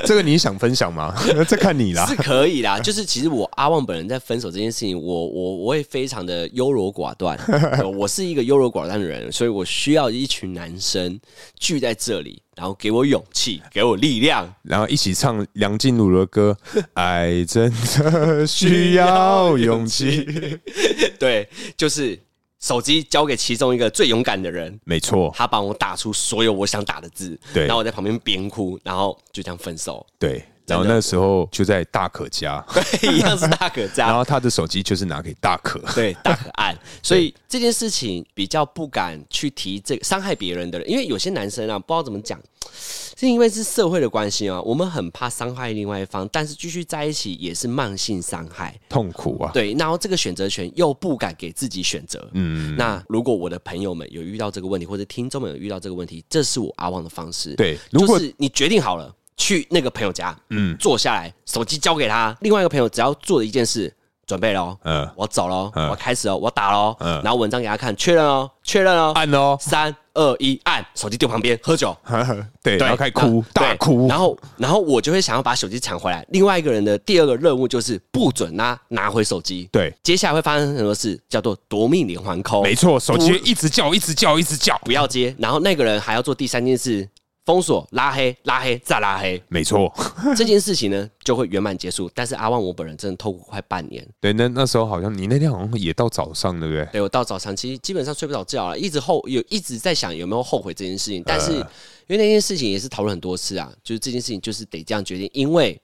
[SPEAKER 2] 这个你想分享吗？ 这看你啦
[SPEAKER 1] 是。可以啦，就是其实我阿旺本人在分手这件事情，我我我也非常的优柔寡断，呃我是一个优柔寡断的人，所以我需要一群男生聚在这里，然后给我勇气，给我力量。
[SPEAKER 2] 然后一起唱梁静茹的 歌，《爱真的需要勇 气》。
[SPEAKER 1] 对，就是手机交给其中一个最勇敢的人，
[SPEAKER 2] 没错，
[SPEAKER 1] 他帮我打出所有我想打的字，
[SPEAKER 2] 对
[SPEAKER 1] 然后我在旁边边哭，然后就这样分手，
[SPEAKER 2] 对。然后那时候就在 大可家，
[SPEAKER 1] 一样是大可
[SPEAKER 2] 然
[SPEAKER 1] 渣，
[SPEAKER 2] 后他的手机就是拿给大可。
[SPEAKER 1] 对，大可爱。所以这件事情比较不敢去提这个伤害别人的人，因为有些男生啊，不知道怎么讲。是因为是社会的关系啊，我们很怕伤害另外一方，但是继续在一起也是慢性伤害。
[SPEAKER 2] 痛苦啊！
[SPEAKER 1] 对，然后这个选择权又不敢给自己选择。嗯，那如果我的朋友们有遇到这个问题，或者听众们有遇到这个问题，这是我阿旺的方式。，
[SPEAKER 2] 对，如
[SPEAKER 1] 就
[SPEAKER 2] 果
[SPEAKER 1] 是你决定好了，去那个朋友家，嗯，坐下来，手机交给他，另外一个朋友只要做的一件事，准备喽，
[SPEAKER 2] 嗯
[SPEAKER 1] 我要走喽，
[SPEAKER 2] 嗯
[SPEAKER 1] 我要开始哦喽，我要打喽，
[SPEAKER 2] 嗯
[SPEAKER 1] 然后文章给他看，确认哦，确认哦，
[SPEAKER 2] 按哦，
[SPEAKER 1] 三二一，按，手机丢旁边，喝酒。
[SPEAKER 2] 对，然后开始哭
[SPEAKER 1] 那，
[SPEAKER 2] 大
[SPEAKER 1] 对
[SPEAKER 2] 哭
[SPEAKER 1] 然。后然后我就会想要把手机抢回来。另外一个人的第二个任务就是不准他拿回手机。
[SPEAKER 2] 对，
[SPEAKER 1] 接下来会发生很多事，叫做夺命连环扣，
[SPEAKER 2] 没错，手机一直叫，一直叫，一直叫。
[SPEAKER 1] 不要接。然后那个人还要做第三件事，封锁、拉黑、拉黑再拉 黑，
[SPEAKER 2] 没错，
[SPEAKER 1] 这件事情呢就会圆满结束。但是阿旺我本人真的透过快半年，
[SPEAKER 2] 对，那那时候好像你那天好像也到早上，对不对？
[SPEAKER 1] 对我到早上其实基本上睡不着觉了，一直后有一直在想有没有后悔这件事情，但是
[SPEAKER 2] 呃
[SPEAKER 1] 因为那件事情也是讨论很多次啊，就是这件事情就是得这样决定，因为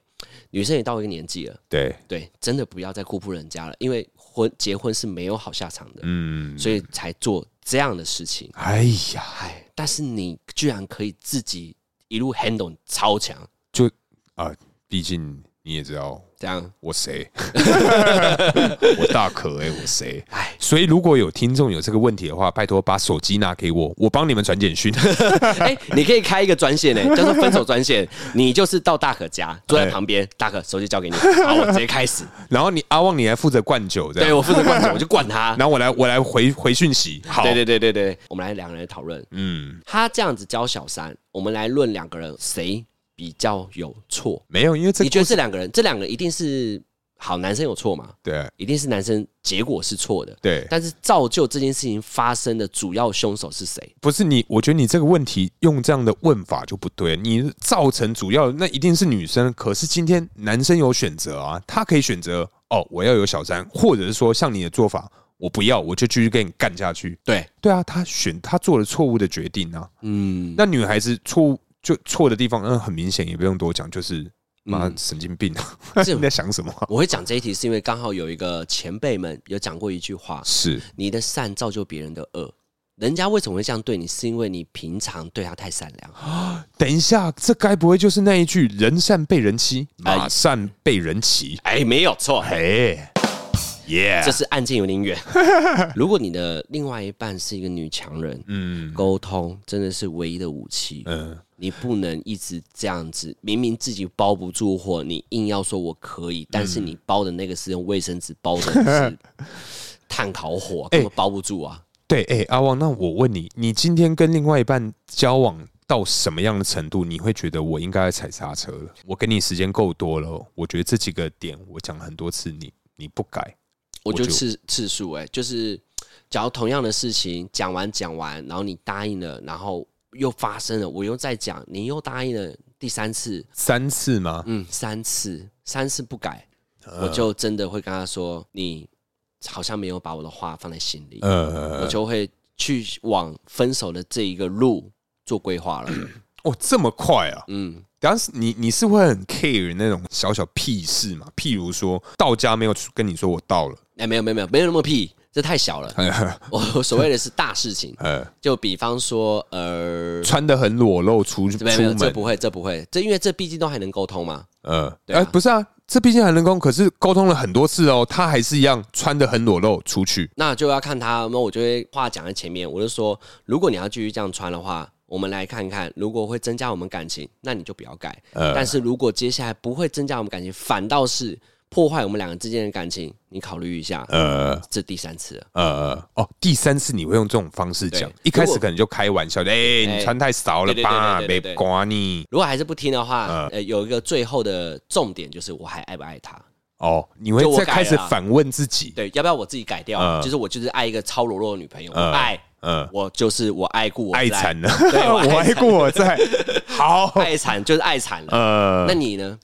[SPEAKER 1] 女生也到一个年纪了。
[SPEAKER 2] 对，
[SPEAKER 1] 对，真的不要再辜负人家了，因为婚结婚是没有好下场的，
[SPEAKER 2] 嗯，
[SPEAKER 1] 所以才做这样的事情。
[SPEAKER 2] 哎呀，
[SPEAKER 1] 哎，但是你居然可以自己一路 handle 超强，
[SPEAKER 2] 啊毕竟你也知道
[SPEAKER 1] 这样
[SPEAKER 2] 我谁， 我大可哎、我谁？
[SPEAKER 1] 哎，
[SPEAKER 2] 所以如果有听众有这个问题的话，拜托把手机拿给我，我帮你们传简讯。
[SPEAKER 1] 哎、你可以开一个专线呢、叫做分手专线，你就是到大可家坐在
[SPEAKER 2] 哎
[SPEAKER 1] 旁边，大可手机交给你，好，我直接开始，
[SPEAKER 2] 然后你阿旺，你来负责灌酒这
[SPEAKER 1] 对
[SPEAKER 2] 样。
[SPEAKER 1] 我负责灌酒，我就灌他。
[SPEAKER 2] 然后我来，我来回回讯息。好，
[SPEAKER 1] 对对对对对，我们来两个人讨论，
[SPEAKER 2] 嗯，
[SPEAKER 1] 他这样子教小三，我们来论两个人谁比较有错。
[SPEAKER 2] 没有，因为这
[SPEAKER 1] 你觉得这两个人，这两个一定是好男生有错嘛？
[SPEAKER 2] 对
[SPEAKER 1] 一定是男生结果是错的，
[SPEAKER 2] 对，
[SPEAKER 1] 但是造就这件事情发生的主要凶手是谁？
[SPEAKER 2] 不是你，我觉得你这个问题用这样的问法就不对。你造成主要那一定是女生，可是今天男生有选择啊，他可以选择哦，我要有小三，或者是说像你的做法，我不要，我就继续跟你干下去。
[SPEAKER 1] 对，
[SPEAKER 2] 对啊，他选他做了错误的决定啊。
[SPEAKER 1] 嗯，
[SPEAKER 2] 嗯那女孩子错误就错的地方，那很明显也不用多讲，就是妈神经病 啊！
[SPEAKER 1] 这
[SPEAKER 2] 你在想什么啊？
[SPEAKER 1] 嗯我会讲这一题，是因为刚好有一个前辈们有讲过一句话：
[SPEAKER 2] 是
[SPEAKER 1] 你的善造就别人的恶。人家为什么会这样对你？是因为你平常对他太善良。
[SPEAKER 2] 等一下，这该不会就是那一句“人善被人欺，
[SPEAKER 1] 哎
[SPEAKER 2] 马善被人骑
[SPEAKER 1] 哎，没有错”？，
[SPEAKER 2] 哎，耶
[SPEAKER 1] 这！是案件有点 远。如果你的另外一半是一个女强人，
[SPEAKER 2] 嗯
[SPEAKER 1] 沟通真的是唯一的武器。
[SPEAKER 2] 嗯，
[SPEAKER 1] 你不能一直这样子，明明自己包不住火，你硬要说我可以，但是你包的那个是用卫生纸包 的是炭烤火，根本包不住啊！
[SPEAKER 2] 对，哎、阿旺，那我问你，你今天跟另外一半交往到什么样的程度，你会觉得我应该踩刹车了？我跟你时间够多了哦，我觉得这几个点我讲了很多次，你你不改，
[SPEAKER 1] 我觉得
[SPEAKER 2] 就
[SPEAKER 1] 次次数，哎，就是假如同样的事情讲完讲完，然后你答应了，然后又发生了，我又再讲，你又答应了第三次，
[SPEAKER 2] 三次吗？
[SPEAKER 1] 嗯，三次，三次不改，
[SPEAKER 2] 呃
[SPEAKER 1] 我就真的会跟他说，你好像没有把我的话放在心里，我
[SPEAKER 2] 呃，
[SPEAKER 1] 就会去往分手的这一个路做规划了。
[SPEAKER 2] 哦，这么快啊！
[SPEAKER 1] 嗯，
[SPEAKER 2] 当时你你是会很 care 那种小小屁事嘛？譬如说到家没有跟你说我到了，
[SPEAKER 1] 哎、没有没有没有没有那么屁，这太小了。我我所谓的是大事情，
[SPEAKER 2] 哎 呃，
[SPEAKER 1] 就比方说，呃，
[SPEAKER 2] 穿的很裸露出出
[SPEAKER 1] 没有没有，这
[SPEAKER 2] 门，
[SPEAKER 1] 不会，这不会，这因为这毕竟都还能沟通嘛。
[SPEAKER 2] 呃，
[SPEAKER 1] 对啊
[SPEAKER 2] 哎，不是啊，这毕竟还能沟通，可是沟通了很多次哦，他还是一样穿的很裸露出去。
[SPEAKER 1] 那就要看他，那我就会话讲在前面，我就说，如果你要继续这样穿的话，我们来看看，如果会增加我们感情，那你就不要改。
[SPEAKER 2] 呃
[SPEAKER 1] 但是如果接下来不会增加我们感情，反倒是破坏我们两个之间的感情，你考虑一下。
[SPEAKER 2] 呃
[SPEAKER 1] 这第三次了，
[SPEAKER 2] 呃，哦，第三次你会用这种方式讲
[SPEAKER 1] 对，
[SPEAKER 2] 一开
[SPEAKER 1] 如
[SPEAKER 2] 始
[SPEAKER 1] 果
[SPEAKER 2] 可能就开玩笑的，哎、
[SPEAKER 1] 哎
[SPEAKER 2] 你穿太少了
[SPEAKER 1] 对对
[SPEAKER 2] 吧，
[SPEAKER 1] 对对
[SPEAKER 2] 没
[SPEAKER 1] 对对
[SPEAKER 2] 管你
[SPEAKER 1] 如果还是不听的话，
[SPEAKER 2] 嗯
[SPEAKER 1] 呃，有一个最后的重点就是我还爱不爱他？
[SPEAKER 2] 哦，你会
[SPEAKER 1] 就我
[SPEAKER 2] 再
[SPEAKER 1] 改
[SPEAKER 2] 开始
[SPEAKER 1] 了啊
[SPEAKER 2] 反问自己，
[SPEAKER 1] 对，要不要我自己改掉？
[SPEAKER 2] 嗯
[SPEAKER 1] 就是我就是爱一个超裸露的女朋友，
[SPEAKER 2] 嗯
[SPEAKER 1] 我爱，
[SPEAKER 2] 嗯，
[SPEAKER 1] 我就是我爱故我
[SPEAKER 2] 爱
[SPEAKER 1] 在
[SPEAKER 2] 惨了，
[SPEAKER 1] 对我爱
[SPEAKER 2] 我爱过我在，好，
[SPEAKER 1] 爱惨就是爱惨了。
[SPEAKER 2] 呃，
[SPEAKER 1] 那你呢？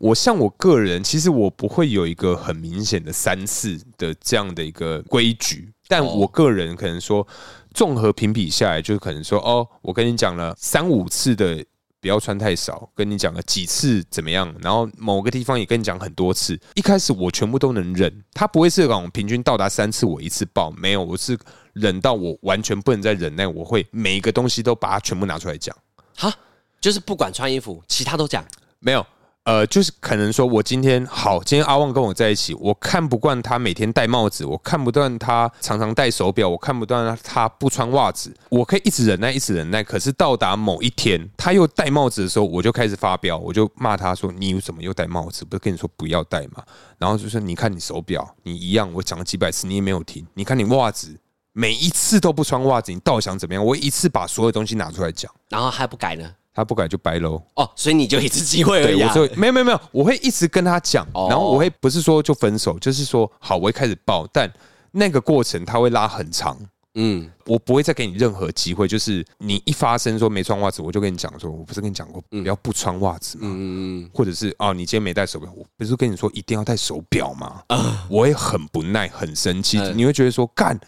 [SPEAKER 2] 我像我个人，其实我不会有一个很明显的三次的这样的一个规矩，但
[SPEAKER 1] 哦
[SPEAKER 2] 我个人可能说，综合评比下来，就是可能说，哦，我跟你讲了三五次的不要穿太少，跟你讲了几次怎么样，然后某个地方也跟你讲很多次，一开始我全部都能忍，他不会是那种平均到达三次我一次爆，没有，我是忍到我完全不能再忍耐，我会每一个东西都把它全部拿出来讲。
[SPEAKER 1] 哈，就是不管穿衣服，其他都讲。
[SPEAKER 2] 没有，呃，就是可能说我今天好，今天阿旺跟我在一起，我看不惯他每天戴帽子，我看不惯他常常戴手表，我看不惯他不穿袜子，我可以一直忍耐，一直忍耐。可是到达某一天，他又戴帽子的时候，我就开始发飙，我就骂他说：“你怎么又戴帽子？不是跟你说不要戴吗？”然后就说：“你看你手表，你一样，我讲了几百次，你也没有听。你看你袜子。”每一次都不穿袜子，你到底想怎么样？我一次把所有东西拿出来讲，
[SPEAKER 1] 然后还不改呢？
[SPEAKER 2] 他不改就白喽。
[SPEAKER 1] 哦，所以你就一次机会而
[SPEAKER 2] 对，
[SPEAKER 1] 已、
[SPEAKER 2] 我
[SPEAKER 1] 啊。
[SPEAKER 2] 就没有没有没有，我会一直跟他讲，
[SPEAKER 1] 哦
[SPEAKER 2] 然后我会不是说就分手，就是说好，我会开始爆，但那个过程他会拉很长，
[SPEAKER 1] 嗯，
[SPEAKER 2] 我不会再给你任何机会，就是你一发生说没穿袜子，我就跟你讲说，我不是跟你讲过不要不穿袜子吗？
[SPEAKER 1] 嗯，
[SPEAKER 2] 或者是哦，你今天没戴手表，我不是跟你说一定要戴手表 吗？我也很不耐，很生气，
[SPEAKER 1] 啊嗯
[SPEAKER 2] 你会觉得说干。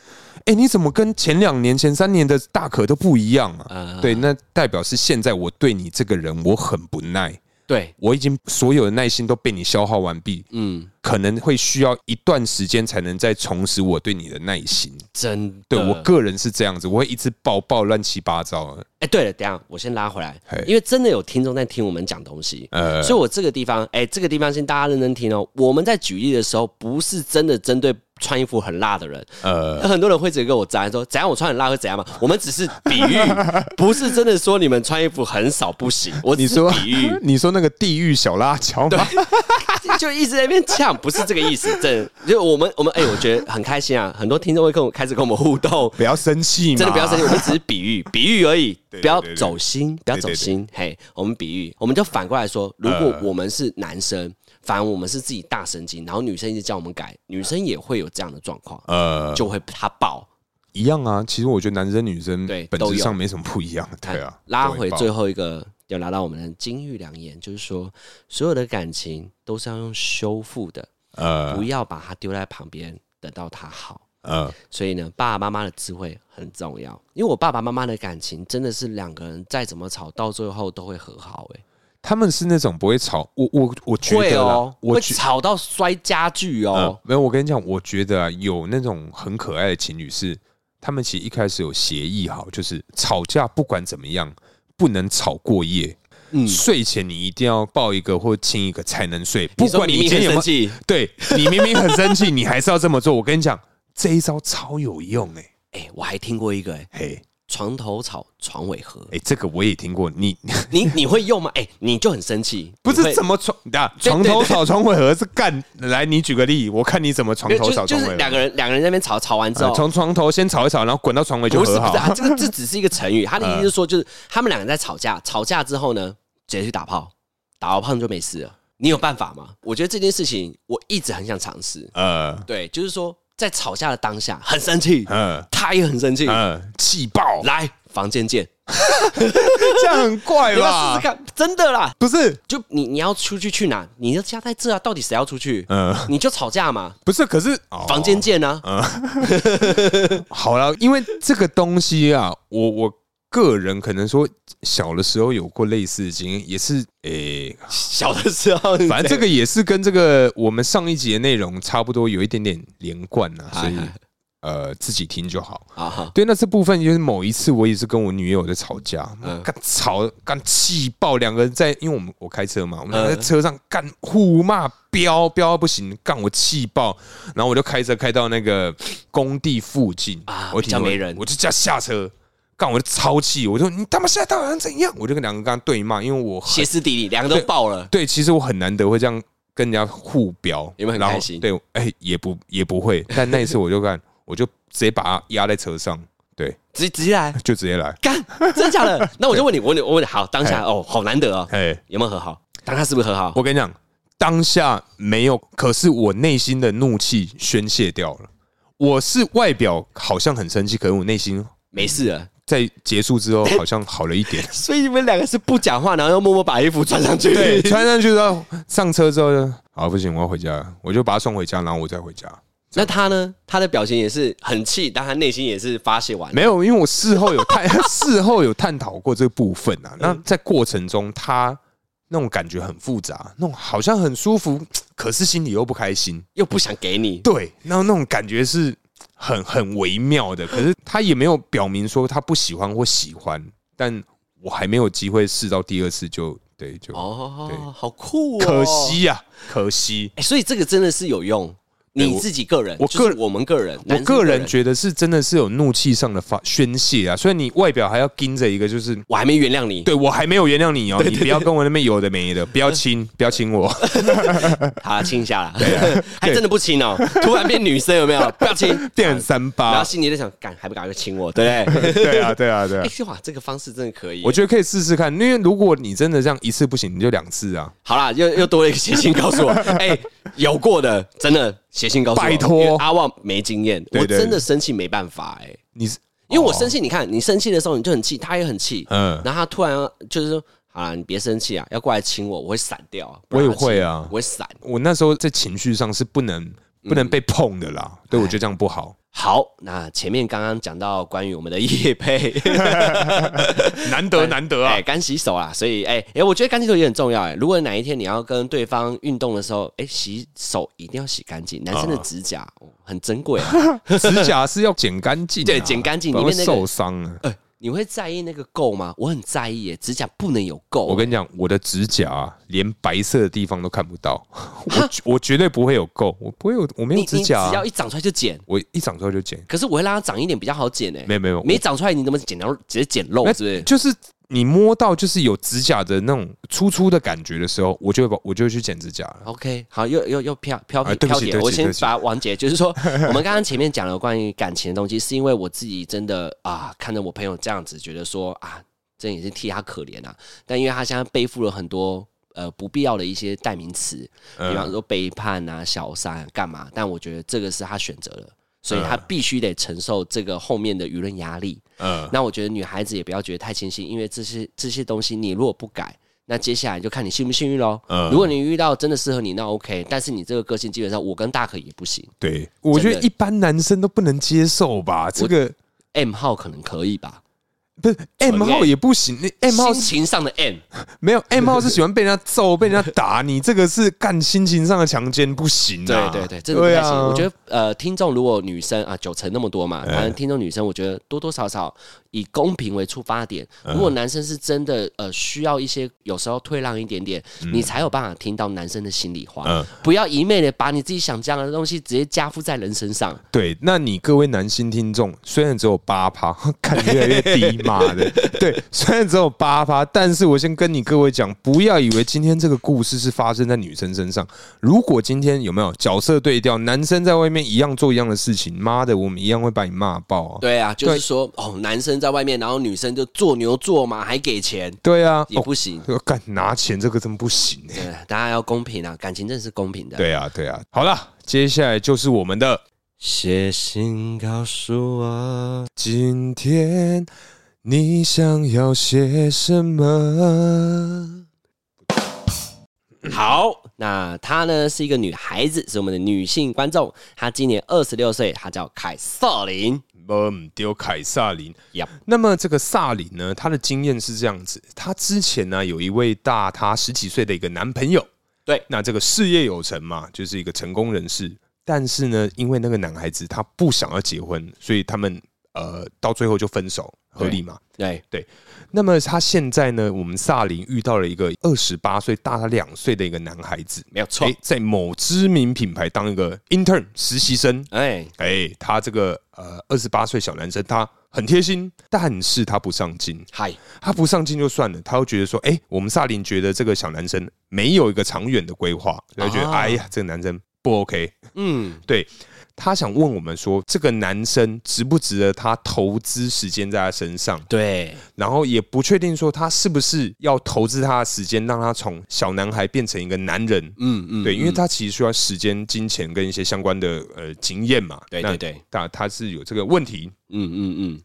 [SPEAKER 2] 哎、你怎么跟前两年、前三年的大可都不一样啊
[SPEAKER 1] 啊？
[SPEAKER 2] 对，那代表是现在我对你这个人我很不耐，
[SPEAKER 1] 对，
[SPEAKER 2] 我已经所有的耐心都被你消耗完毕，
[SPEAKER 1] 嗯，
[SPEAKER 2] 可能会需要一段时间才能再重拾我对你的耐心。
[SPEAKER 1] 真的。
[SPEAKER 2] 对我个人是这样子，我会一直爆爆乱七八糟的。
[SPEAKER 1] 哎、对了，等一下我先拉回来
[SPEAKER 2] 嘿，
[SPEAKER 1] 因为真的有听众在听我们讲东西，
[SPEAKER 2] 呃
[SPEAKER 1] 所以我这个地方，哎、这个地方先大家认真听哦。我们在举例的时候，不是真的针对穿衣服很辣的人，
[SPEAKER 2] 呃，
[SPEAKER 1] 很多人会直接跟我扎说，怎样我穿很辣会怎样嘛？我们只是比 喻，不是真的说你们穿衣服很少不行。我
[SPEAKER 2] 你
[SPEAKER 1] 只是
[SPEAKER 2] 说
[SPEAKER 1] 比喻，
[SPEAKER 2] 你说那个地狱小辣椒吗？
[SPEAKER 1] 就一直在那边呛，不是这个意思。真的，就我们我们哎、我觉得很开心啊，很多听众会跟我开始跟我们互 动，
[SPEAKER 2] 不要生气嘛，
[SPEAKER 1] 真的不要生气，我们只是比喻，比喻而已，
[SPEAKER 2] 对对
[SPEAKER 1] 不要
[SPEAKER 2] 对对
[SPEAKER 1] 走心，不要走心。嘿，我们比喻，我们就反过来说，如果我们是男生，反而我们是自己大神经，然后女生一直叫我们改，女生也会有这样的状况，
[SPEAKER 2] 呃，
[SPEAKER 1] 就会他爆。
[SPEAKER 2] 一样啊。其实我觉得男生女生
[SPEAKER 1] 对
[SPEAKER 2] 本
[SPEAKER 1] 都
[SPEAKER 2] 质
[SPEAKER 1] 有哎
[SPEAKER 2] 上没什么不一样。对啊，
[SPEAKER 1] 拉
[SPEAKER 2] 都会
[SPEAKER 1] 回
[SPEAKER 2] 爆
[SPEAKER 1] 最后一个，有拿到我们的金玉良言，就是说，所有的感情都是要用修复的，
[SPEAKER 2] 呃
[SPEAKER 1] 不要把它丢在旁边，等到它好。
[SPEAKER 2] 呃
[SPEAKER 1] 所以呢，爸爸妈妈的智慧很重要，因为我爸爸妈妈的感情真的是两个人再怎么吵，到最后都会和好、欸。
[SPEAKER 2] 他们是那种不会吵，我我我觉
[SPEAKER 1] 会
[SPEAKER 2] 得啦
[SPEAKER 1] 哦，
[SPEAKER 2] 我
[SPEAKER 1] 会
[SPEAKER 2] 觉
[SPEAKER 1] 吵到摔家具
[SPEAKER 2] 嗯
[SPEAKER 1] 哦，，
[SPEAKER 2] 没有，我跟你讲，我觉得啊，有那种很可爱的情侣是，他们其实一开始有协议好，就是吵架不管怎么样，不能吵过夜。
[SPEAKER 1] 嗯，
[SPEAKER 2] 睡前你一定要抱一个或亲一个才能睡，不
[SPEAKER 1] 说
[SPEAKER 2] 管你
[SPEAKER 1] 明
[SPEAKER 2] 今
[SPEAKER 1] 明
[SPEAKER 2] 天
[SPEAKER 1] 很
[SPEAKER 2] 有没
[SPEAKER 1] 生
[SPEAKER 2] 有，嗯
[SPEAKER 1] 气，
[SPEAKER 2] 对你明明很生气，你还是要这么做。我跟你讲，这一招超有用哎、
[SPEAKER 1] 哎，我还听过一个哎，
[SPEAKER 2] 嘿，
[SPEAKER 1] 床头吵，床尾和
[SPEAKER 2] 哎、，这个我也听过，你
[SPEAKER 1] 你你会用吗？哎，你就很生气，
[SPEAKER 2] 不
[SPEAKER 1] 你
[SPEAKER 2] 是
[SPEAKER 1] 会
[SPEAKER 2] 怎么床啊？
[SPEAKER 1] 对
[SPEAKER 2] 床
[SPEAKER 1] 对
[SPEAKER 2] 头
[SPEAKER 1] 对
[SPEAKER 2] 吵，床尾和是干。来，你举个例，我看你怎么床
[SPEAKER 1] 没有
[SPEAKER 2] 头
[SPEAKER 1] 就
[SPEAKER 2] 吵，
[SPEAKER 1] 就
[SPEAKER 2] 床尾
[SPEAKER 1] 是
[SPEAKER 2] 和
[SPEAKER 1] 两个人两个人在那边吵吵完之
[SPEAKER 2] 呃
[SPEAKER 1] 后，
[SPEAKER 2] 从床头先吵一吵，然后滚到床尾就
[SPEAKER 1] 不是
[SPEAKER 2] 和
[SPEAKER 1] 不是
[SPEAKER 2] 好。嗯
[SPEAKER 1] 啊，这个这只是一个成语，他的意思是说，就是他们两个在吵架，吵架之后呢，直接去打炮，打完炮就没事了。你有办法吗？我觉得这件事情我一直很想尝试。
[SPEAKER 2] 呃
[SPEAKER 1] 对，就是说在吵架的当下很生气，
[SPEAKER 2] 呃
[SPEAKER 1] 他也很生气，
[SPEAKER 2] 呃，气爆，
[SPEAKER 1] 来房间见，
[SPEAKER 2] 这样很怪
[SPEAKER 1] 你要试
[SPEAKER 2] 吧
[SPEAKER 1] 试？看，真的啦。
[SPEAKER 2] 不是，
[SPEAKER 1] 就你你要出去去哪？你的家在这啊，到底谁要出去？
[SPEAKER 2] 呃，
[SPEAKER 1] 你就吵架嘛，
[SPEAKER 2] 不是，可是哦
[SPEAKER 1] 嗯房间见啊。
[SPEAKER 2] 好了，因为这个东西啊，我我个人可能说小的时候有过类似的经验，也是诶，
[SPEAKER 1] 小的时候，
[SPEAKER 2] 反正这个也是跟这个我们上一集的内容差不多，有一点点连贯啊，所以
[SPEAKER 1] 哎哎
[SPEAKER 2] 呃自己听就好。
[SPEAKER 1] 啊哈，
[SPEAKER 2] 对，那这部分就是某一次，我也是跟我女友在吵架，
[SPEAKER 1] 嗯
[SPEAKER 2] 干、吵干气爆，两个人在，因为我们我开
[SPEAKER 1] 嗯
[SPEAKER 2] 车嘛，我们两个在车上干互骂，飙飙到不行，干我气爆，然后我就开车开到那个工地附近
[SPEAKER 1] 啊
[SPEAKER 2] 我
[SPEAKER 1] 比较
[SPEAKER 2] 停
[SPEAKER 1] 没
[SPEAKER 2] 我
[SPEAKER 1] 人
[SPEAKER 2] 我就叫下车，干我就超气，我就你他妈现在到底想怎样？我就跟两个跟他对骂，因为我很
[SPEAKER 1] 歇斯底里，两个都爆了。
[SPEAKER 2] 对，其实我很难得会这样跟人家互飙，
[SPEAKER 1] 有没有很
[SPEAKER 2] 然后
[SPEAKER 1] 开心
[SPEAKER 2] 对，哎、也不也不会，但那一次我就干，我就直接把他压在车上，对，
[SPEAKER 1] 直直接来，
[SPEAKER 2] 就直接来。
[SPEAKER 1] 干，真假 的？那我就问你，我问你，我问你，好，当下哦，好难得哦，
[SPEAKER 2] 哎，
[SPEAKER 1] 有没有和好？当下是不是和好？
[SPEAKER 2] 我跟你讲，当下没有，可是我内心的怒气宣泄掉了。我是外表好像很生气，可是我内心
[SPEAKER 1] 没事了。。
[SPEAKER 2] 在结束之后好像好了一点
[SPEAKER 1] 所以你们两个是不讲话，然后又默默把衣服穿上去。
[SPEAKER 2] 对，穿上去之后，上车之后就好，不行，我要回家了，我就把他送回家，然后我再回家。
[SPEAKER 1] 那他呢？他的表情也是很气，但他内心也是发泄完了。
[SPEAKER 2] 没有，因为我事后有探， 事后有探讨过这部分啊。那在过程中，他那种感觉很复杂，那种好像很舒服，可是心里又不开心。
[SPEAKER 1] 又不想给你，
[SPEAKER 2] 对，然后那种感觉是很很微妙的，可是他也没有表明说他不喜欢或喜欢，但我还没有机会试到第二次就对就、对
[SPEAKER 1] 哦，好酷哦，
[SPEAKER 2] 可惜呀、可惜。
[SPEAKER 1] 哎。所以这个真的是有用，
[SPEAKER 2] 对
[SPEAKER 1] 你
[SPEAKER 2] 哎我
[SPEAKER 1] 自己个人，
[SPEAKER 2] 我
[SPEAKER 1] 就是
[SPEAKER 2] 个人
[SPEAKER 1] 我们个人，
[SPEAKER 2] 我
[SPEAKER 1] 男生
[SPEAKER 2] 个
[SPEAKER 1] 个
[SPEAKER 2] 人觉得是真的是有怒气上的发宣泄啊，所以你外表还要盯着一个，就是
[SPEAKER 1] 我还没原谅你。
[SPEAKER 2] 对我还没有原谅你哦，你不要跟我那边有的没的，不要亲，不要亲我，
[SPEAKER 1] 好，亲一下 啦，
[SPEAKER 2] 啊
[SPEAKER 1] 还真的不亲哦，突然变女生有没有？不要 亲，
[SPEAKER 2] 变成三
[SPEAKER 1] 然后
[SPEAKER 2] 八。
[SPEAKER 1] 心里在想，干还不赶快亲我，对不对？
[SPEAKER 2] 对啊，对啊，对啊
[SPEAKER 1] 哎、，哇，这个方式真的可以耶。
[SPEAKER 2] 我觉得可以试试看，因为如果你真的这样一次不行，你就两次啊。
[SPEAKER 1] 好啦，又又多了一个写信告 诉我，哎、有过的，真的写信告诉我，
[SPEAKER 2] 拜托
[SPEAKER 1] 因为阿旺没经验，
[SPEAKER 2] 对
[SPEAKER 1] 我
[SPEAKER 2] 对
[SPEAKER 1] 真的生气没办法哎、
[SPEAKER 2] 你是哦
[SPEAKER 1] 因为我生气，你看你生气的时候你就很气，他也很气，
[SPEAKER 2] 嗯
[SPEAKER 1] 然后他突然就是说，好啦，你别生气啊，要过来亲我，我会闪掉啊，
[SPEAKER 2] 我也
[SPEAKER 1] 不然他亲
[SPEAKER 2] 会啊
[SPEAKER 1] 我会闪。
[SPEAKER 2] 我那时候在情绪上是不能
[SPEAKER 1] 嗯
[SPEAKER 2] 不能被碰的啦，对
[SPEAKER 1] 哎
[SPEAKER 2] 我觉得这样不好，
[SPEAKER 1] 好，那前面刚刚讲到关于我们的叶 配，
[SPEAKER 2] 难得难得啊
[SPEAKER 1] 哎、！干洗手啦，所以哎哎、我觉得干洗手也很重要哎、如果哪一天你要跟对方运动的时候，哎、洗手一定要洗干净。男生
[SPEAKER 2] 啊
[SPEAKER 1] 的指甲、哦很珍贵 啊，
[SPEAKER 2] 指甲是要剪干净啊，
[SPEAKER 1] 对剪干净
[SPEAKER 2] 不然
[SPEAKER 1] 里
[SPEAKER 2] 会
[SPEAKER 1] 面那个
[SPEAKER 2] 受伤啊。
[SPEAKER 1] 哎你会在意那个垢吗？我很在意耶、指甲不能有垢。
[SPEAKER 2] 我跟你讲，我的指甲啊连白色的地方都看不到， 我我绝对不会有垢，我不会有，我没
[SPEAKER 1] 你
[SPEAKER 2] 有
[SPEAKER 1] 你
[SPEAKER 2] 指
[SPEAKER 1] 只
[SPEAKER 2] 甲啊，
[SPEAKER 1] 要一长出来就剪，
[SPEAKER 2] 我一长出来就剪，
[SPEAKER 1] 可是我会让它长一点比较好剪哎、
[SPEAKER 2] 没有没有，
[SPEAKER 1] 没长出来你怎么剪到直接剪肉
[SPEAKER 2] 那
[SPEAKER 1] 是不是？
[SPEAKER 2] 就是你摸到就是有指甲的那种粗粗的感觉的时候，我就会把我就会去剪指甲了。
[SPEAKER 1] OK，好，又又又飘飘飘
[SPEAKER 2] 啊对不
[SPEAKER 1] 飘
[SPEAKER 2] 起
[SPEAKER 1] 点，
[SPEAKER 2] 对不
[SPEAKER 1] 我
[SPEAKER 2] 起
[SPEAKER 1] 先
[SPEAKER 2] 对不起
[SPEAKER 1] 把完结，就是 说，我们刚刚前面讲了关于感情的东西，是因为我自己真的啊，看着我朋友这样子，觉得说啊，真也是替他可怜啊，但因为他现在背负了很多。呃，不必要的一些代名词，
[SPEAKER 2] 嗯
[SPEAKER 1] 比方说背叛啊、小三啊干嘛？但我觉得这个是他选择了，所以他必须得承受这个后面的舆论压力。
[SPEAKER 2] 嗯，
[SPEAKER 1] 那我觉得女孩子也不要觉得太轻信，因为这些这些东西你如果不改，那接下来就看你幸不幸运喽。
[SPEAKER 2] 嗯
[SPEAKER 1] 如果你遇到真的适合你，那 OK。但是你这个个性基本上，我跟大可也不行
[SPEAKER 2] 对，我觉得一般男生都不能接受吧，这个
[SPEAKER 1] ，M 号可能可以吧？
[SPEAKER 2] 不是 M
[SPEAKER 1] 纯欸
[SPEAKER 2] 号也不行，那 M 号
[SPEAKER 1] 心情上的 M，
[SPEAKER 2] 没有 M 号是喜欢被人家揍、被人家打，你这个是干心情上的强奸，不行
[SPEAKER 1] 对
[SPEAKER 2] 啊！
[SPEAKER 1] 对对，真的不太行。
[SPEAKER 2] 啊、哎
[SPEAKER 1] 我觉得呃，听众如果女生啊，九成那么多嘛，反正听众女生，我觉得多多少少以公平为出发点。
[SPEAKER 2] 嗯
[SPEAKER 1] 如果男生是真的呃需要一些，有时候退让一点点，你才有办法听到男生的心里话
[SPEAKER 2] 嗯。
[SPEAKER 1] 不要一昧的把你自己想这样的东西直接加附在人身上。
[SPEAKER 2] 对，那你各位男性听众，虽然只有八趴， 看越来越 低嘛的，对，虽然只有八趴，但是我先跟你各位讲，不要以为今天这个故事是发生在女生身上。如果今天有没有角色对调，男生在外面一样做一样的事情，妈的，我们一样会把你骂爆啊！
[SPEAKER 1] 对啊，就是
[SPEAKER 2] 对
[SPEAKER 1] 说哦，男生在外面，然后女生就做牛做马，还给钱
[SPEAKER 2] 对啊，
[SPEAKER 1] 也不行。
[SPEAKER 2] 哦，干拿钱这个真不行欸
[SPEAKER 1] 对，大家要公平啊，感情真的是公平的。
[SPEAKER 2] 对啊，对啊。好了，接下来就是我们的
[SPEAKER 1] 写信告诉我，
[SPEAKER 2] 今天你想要些什么？
[SPEAKER 1] 好，那她呢是一个女孩子，是我们的女性观众，她今年二十六岁，她叫凯瑟琳。
[SPEAKER 2] 我们丢凯撒林。
[SPEAKER 1] Yep
[SPEAKER 2] 那么这个萨林呢，他的经验是这样子：他之前呢有一位大他十几岁的一个男朋友，
[SPEAKER 1] 对
[SPEAKER 2] 那这个事业有成嘛，就是一个成功人士。但是呢，因为那个男孩子他不想要结婚，所以他们呃到最后就分手，合理嘛？
[SPEAKER 1] 对，
[SPEAKER 2] 那么他现在呢，我们萨林遇到了一个二十八岁大他两岁的一个男孩子，
[SPEAKER 1] 没有错
[SPEAKER 2] 诶。在某知名品牌当一个 intern 实习生，
[SPEAKER 1] 哎，
[SPEAKER 2] 哎、他这个呃二十八岁小男生，他很贴心，但是他不上进，
[SPEAKER 1] 嗨、
[SPEAKER 2] 他不上进就算了，他又觉得说，哎、我们萨林觉得这个小男生没有一个长远的规划，他就觉得、
[SPEAKER 1] 啊
[SPEAKER 2] 哎呀，这个男生不 OK。
[SPEAKER 1] 嗯，
[SPEAKER 2] 对他想问我们说，这个男生值不值得他投资时间在他身上？
[SPEAKER 1] 对，
[SPEAKER 2] 然后也不确定说他是不是要投资他的时间，让他从小男孩变成一个男人。
[SPEAKER 1] 嗯嗯，
[SPEAKER 2] 对，因为他其实需要时间、金钱跟一些相关的呃经验嘛。
[SPEAKER 1] 对
[SPEAKER 2] 那
[SPEAKER 1] 对对，
[SPEAKER 2] 他他是有这个问题。
[SPEAKER 1] 嗯嗯嗯，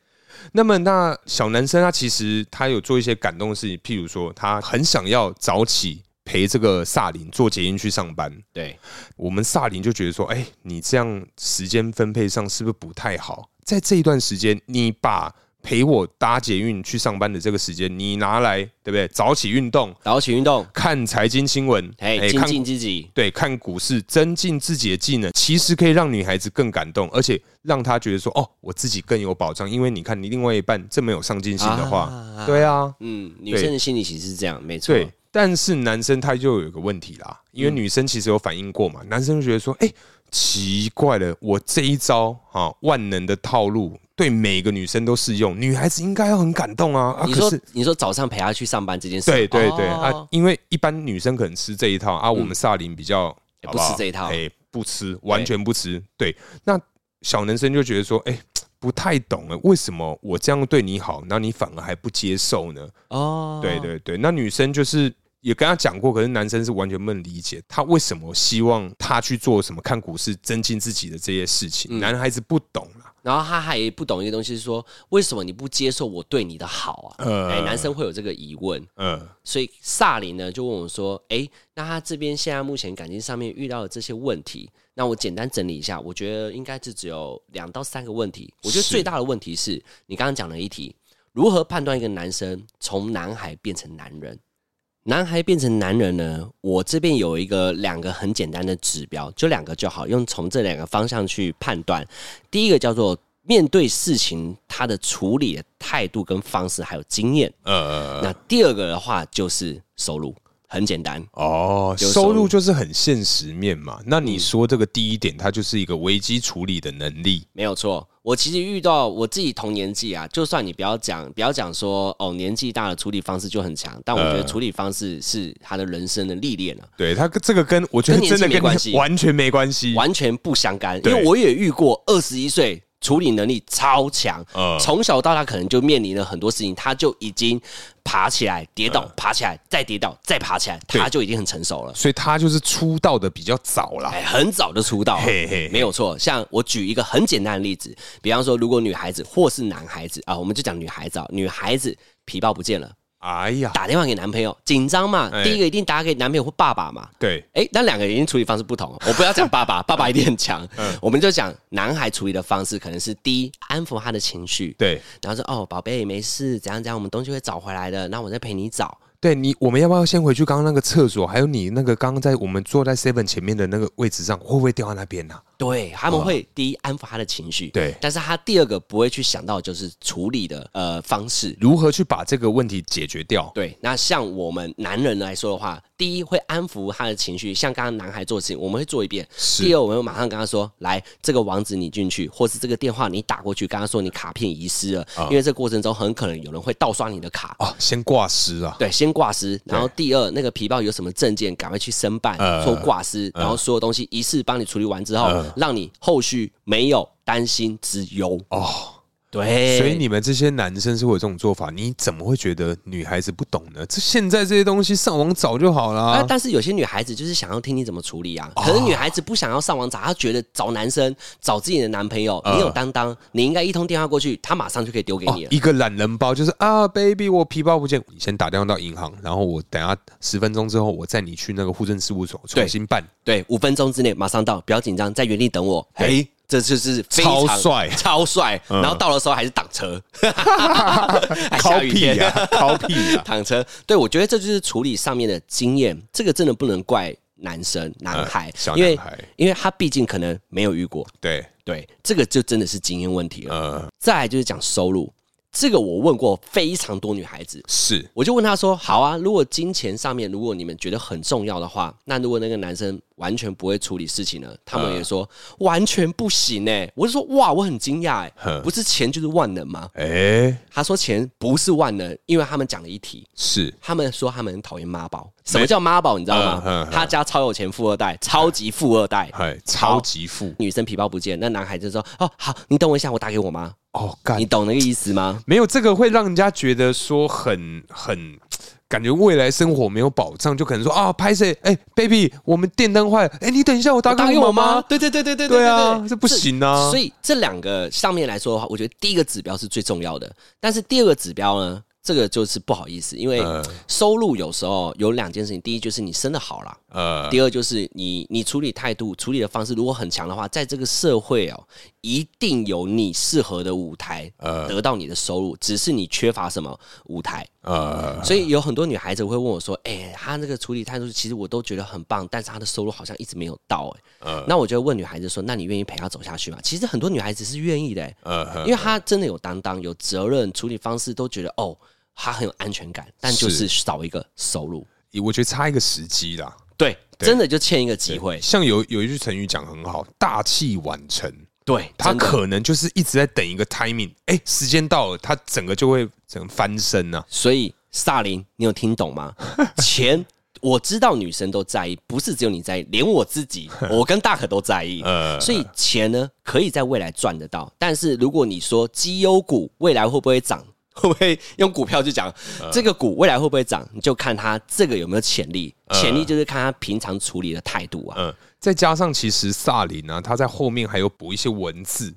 [SPEAKER 2] 那么那小男生他其实他有做一些感动的事情，譬如说他很想要早起陪这个萨林坐捷运去上班。
[SPEAKER 1] 对，
[SPEAKER 2] 我们萨林就觉得说，哎、你这样时间分配上是不是不太好？在这一段时间，你把陪我搭捷运去上班的这个时间，你拿来，对不对？早起运动，
[SPEAKER 1] 早起运动，
[SPEAKER 2] 看财经新闻，
[SPEAKER 1] 哎，精
[SPEAKER 2] 看
[SPEAKER 1] 进自己，
[SPEAKER 2] 对，看股市，增进自己的技能，其实可以让女孩子更感动，而且让她觉得说，哦，我自己更有保障。因为你看，你另外一半这么有上进心的话，
[SPEAKER 1] 啊
[SPEAKER 2] 对啊，
[SPEAKER 1] 嗯，女生的心理其实是这样，没错，嗯
[SPEAKER 2] 对。但是男生他就有一个问题啦，因为女生其实有反应过嘛，男生就觉得说，哎、奇怪了，我这一招啊，万能的套路对每个女生都适用，女孩子应该要很感动啊啊！
[SPEAKER 1] 你
[SPEAKER 2] 可
[SPEAKER 1] 说
[SPEAKER 2] 是
[SPEAKER 1] 你说早上陪她去上班这件事，
[SPEAKER 2] 对对对、
[SPEAKER 1] 哦，
[SPEAKER 2] 啊
[SPEAKER 1] 嗯
[SPEAKER 2] 因为一般女生可能吃这一套啊，我们萨林比较、
[SPEAKER 1] 哎
[SPEAKER 2] 好好
[SPEAKER 1] 不吃这一套
[SPEAKER 2] 哎、不吃，完全不吃。对，那小男生就觉得说，哎、不太懂了，为什么我这样对你好，那你反而还不接受呢？
[SPEAKER 1] 哦，
[SPEAKER 2] 对对对，那女生就是。也跟他讲过，可是男生是完全不能理解他为什么希望他去做什么看股市增进自己的这些事情，
[SPEAKER 1] 嗯
[SPEAKER 2] 男孩子不懂啦。
[SPEAKER 1] 然后他还不懂一个东西，是说为什么你不接受我对你的好啊？哎、
[SPEAKER 2] 呃
[SPEAKER 1] 男生会有这个疑问，
[SPEAKER 2] 嗯，
[SPEAKER 1] 所以萨林呢就问我说：“哎，那他这边现在目前感情上面遇到的这些问题，那我简单整理一下，我觉得应该是只有两到三个问题。我觉得
[SPEAKER 2] 是
[SPEAKER 1] 最大的问题是你刚刚讲的一题，如何判断一个男生从男孩变成男人？男孩变成男人呢？我这边有一个两个很简单的指标，就两个就好，用从这两个方向去判断。第一个叫做面对事情他的处理的态度跟方式，还有经验。
[SPEAKER 2] 呃，
[SPEAKER 1] 那第二个的话就是收入，很简单，
[SPEAKER 2] 哦，
[SPEAKER 1] 有收入嗯
[SPEAKER 2] 收入就是很现实面嘛。那你说这个第一点，它就是一个危机处理的能力。
[SPEAKER 1] 没有错。我其实遇到我自己同年纪啊，就算你不要讲，不要讲说哦，年纪大了处理方式就很强，但我觉得
[SPEAKER 2] 呃
[SPEAKER 1] 处理方式是他的人生的历练啊，
[SPEAKER 2] 对他这个跟我觉得
[SPEAKER 1] 跟年纪
[SPEAKER 2] 真的
[SPEAKER 1] 没
[SPEAKER 2] 跟
[SPEAKER 1] 关系
[SPEAKER 2] 你完全没关系。
[SPEAKER 1] 完全不相干。因
[SPEAKER 2] 嗯对
[SPEAKER 1] 为我也遇过二十一岁。处理能力超强，
[SPEAKER 2] 呃
[SPEAKER 1] 从小到大可能就面临了很多事情，他就已经爬起来、跌倒、爬起来、再跌倒、再爬起来，
[SPEAKER 2] 嗯对
[SPEAKER 1] 他就已经很成熟了。
[SPEAKER 2] 所以他就是出道的比较早啦。
[SPEAKER 1] 哎，很早就出道了，
[SPEAKER 2] 嘿嘿嘿
[SPEAKER 1] 没有错。像我举一个很简单的例子，比方说，如果女孩子或是男孩子啊，我们就讲女孩子啊，女孩子皮包不见了，
[SPEAKER 2] 哎呀，
[SPEAKER 1] 打电话给男朋友，紧张嘛，
[SPEAKER 2] 哎
[SPEAKER 1] 第一个一定打给男朋友或爸爸嘛。
[SPEAKER 2] 对，
[SPEAKER 1] 哎，但两个人一定处理方式不同哦。我不要讲爸 爸，爸爸一定很强
[SPEAKER 2] 嗯。
[SPEAKER 1] 我们就讲男孩处理的方式，可能是第一，安抚他的情绪，
[SPEAKER 2] 对，
[SPEAKER 1] 然后说哦，宝贝没事，怎样怎样，我们东西会找回来的，那我再陪你找。
[SPEAKER 2] 对你，我们要不要先回去刚刚那个厕所？还有你那个刚刚在我们坐在 Seven 前面的那个位置上，会不会掉到那边啊呢、
[SPEAKER 1] 对，他们会第一安抚他的情绪，
[SPEAKER 2] 对
[SPEAKER 1] 但是他第二个不会去想到就是处理的呃方式。
[SPEAKER 2] 如何去把这个问题解决掉？
[SPEAKER 1] 对，那像我们男人来说的话，第一会安抚他的情绪，像刚刚男孩做的事情，我们会做一遍。
[SPEAKER 2] 是
[SPEAKER 1] 第二，我们会马上跟他说：“来，这个网址你进去，或是这个电话你打过去，跟他说你卡片遗失了，因为这过程中很可能有人会盗刷你的卡。
[SPEAKER 2] 啊，先挂失啊，
[SPEAKER 1] 对，先挂失，然后第二，那个皮包有什么证件，赶快去申办，
[SPEAKER 2] 呃
[SPEAKER 1] 说挂失，然后所有东西一次帮你处理完之后，让你后续没有担心之忧。
[SPEAKER 2] 哦，
[SPEAKER 1] 对，
[SPEAKER 2] 所以你们这些男生是会有这种做法，你怎么会觉得女孩子不懂呢？这现在这些东西上网找就好
[SPEAKER 1] 啊
[SPEAKER 2] 啦，。
[SPEAKER 1] 但是有些女孩子就是想要听你怎么处理
[SPEAKER 2] 哦
[SPEAKER 1] 啊，可是女孩子不想要上网找，她觉得找男生、找自己的男朋友，你有担当，你应该一通电话过去，他马上就可以丢给
[SPEAKER 2] 呃哦
[SPEAKER 1] 你了。
[SPEAKER 2] 一个懒人包就是啊，baby，我皮包不见，你先打电话到银行，然后我等下十分钟之后，我载你去那个户政事务所重新办，
[SPEAKER 1] 对，五分钟之内马上到，不要紧张，在原地等我。
[SPEAKER 2] 对
[SPEAKER 1] 哎，这就是非
[SPEAKER 2] 超
[SPEAKER 1] 常
[SPEAKER 2] 帅嗯
[SPEAKER 1] 超帅。然后到的时候还是挡 车，还下雨天，，
[SPEAKER 2] 呀，考屁啊呀
[SPEAKER 1] 躺车。对，我觉得这就是处理上面的经验，这个真的不能怪男生、男孩
[SPEAKER 2] 嗯，小
[SPEAKER 1] 因为
[SPEAKER 2] 男孩
[SPEAKER 1] 因为他毕竟可能没有遇过。
[SPEAKER 2] 对，
[SPEAKER 1] 对，这个就真的是经验问题了。
[SPEAKER 2] 呃，
[SPEAKER 1] 再来就是讲收入，这个我问过非常多女孩子，
[SPEAKER 2] 是
[SPEAKER 1] 我就问她说：“好啊，如果金钱上面如果你们觉得很重要的话，那如果那个男生完全不会处理事情呢？”他们
[SPEAKER 2] 嗯
[SPEAKER 1] 也说、完全不行哎、我就说：“哇，我很惊讶哎，
[SPEAKER 2] 嗯
[SPEAKER 1] 不是钱就是万能吗
[SPEAKER 2] 哎、？”
[SPEAKER 1] 他说：“钱不是万能，因为他们讲了一题。”
[SPEAKER 2] 是
[SPEAKER 1] 他们说他们很讨厌妈宝，什么叫妈宝？你知道吗？
[SPEAKER 2] 嗯嗯嗯
[SPEAKER 1] 他家超有钱富二代，超级富二代。
[SPEAKER 2] 哎，超级富
[SPEAKER 1] 女生皮包不见，那男孩就说：“哦，好，你等我一下，我打给我妈。
[SPEAKER 2] 哦，”干
[SPEAKER 1] 你懂那个意思吗？
[SPEAKER 2] 没有这个会让人家觉得说很很。感觉未来生活没有保障，就可能说啊，拍谁？哎、b a b y 我们电灯坏了，哎、你等一下，我打
[SPEAKER 1] 打
[SPEAKER 2] 给
[SPEAKER 1] 给
[SPEAKER 2] 我
[SPEAKER 1] 我
[SPEAKER 2] 妈
[SPEAKER 1] 妈。。对对对对对
[SPEAKER 2] 对啊，这不。行啊。
[SPEAKER 1] 所以这两个上面来说的话，我觉得第一个指标是最重要的，但是第二个指标呢，这个就是不好意思，因为
[SPEAKER 2] 嗯
[SPEAKER 1] 收入有时候有两件事情，第一就是你生的好啦，
[SPEAKER 2] 呃，
[SPEAKER 1] 第二就是你你处理态度、处理的方式如果很强的话，在这个社会哦，一定有你适合的舞台，得到你的收入，只是你缺乏什么舞台。
[SPEAKER 2] 呃，
[SPEAKER 1] 所以有很多女孩子会问我说：“哎、她那个处理态度，其实我都觉得很棒，但是她的收入好像一直没有到、哎、那我就会问女孩子说：“那你愿意陪她走下去吗？”其实很多女孩子是愿意的、哎
[SPEAKER 2] 呃，
[SPEAKER 1] 因为她真的有担当、有责任，处理方式都觉得哦，她很有安全感，但就是少一个收入。
[SPEAKER 2] 我觉得差一个时机啦。
[SPEAKER 1] 对，真的就欠一个机会。
[SPEAKER 2] 像有有一句成语讲很好，大器晚成。
[SPEAKER 1] 对，
[SPEAKER 2] 他
[SPEAKER 1] 真的
[SPEAKER 2] 可能就是一直在等一个 timing，哎、时间到了，他整个就会整个翻身呐、啊。
[SPEAKER 1] 所以萨林，你有听懂 吗？钱我知道女生都在意，不是只有你在意，连我自 己，我跟大可都在意。
[SPEAKER 2] 呃
[SPEAKER 1] 所以钱呢，可以在未来赚得到，但是如果你说绩优股未来会不会涨， 会不会用股票去讲、
[SPEAKER 2] 嗯
[SPEAKER 1] 这个股未来会不会涨，你就看它这个有没有潜力。潜力就是看它平常处理的态度啊。
[SPEAKER 2] 嗯，再加上其实萨林啊，他在后面还有补一些文字。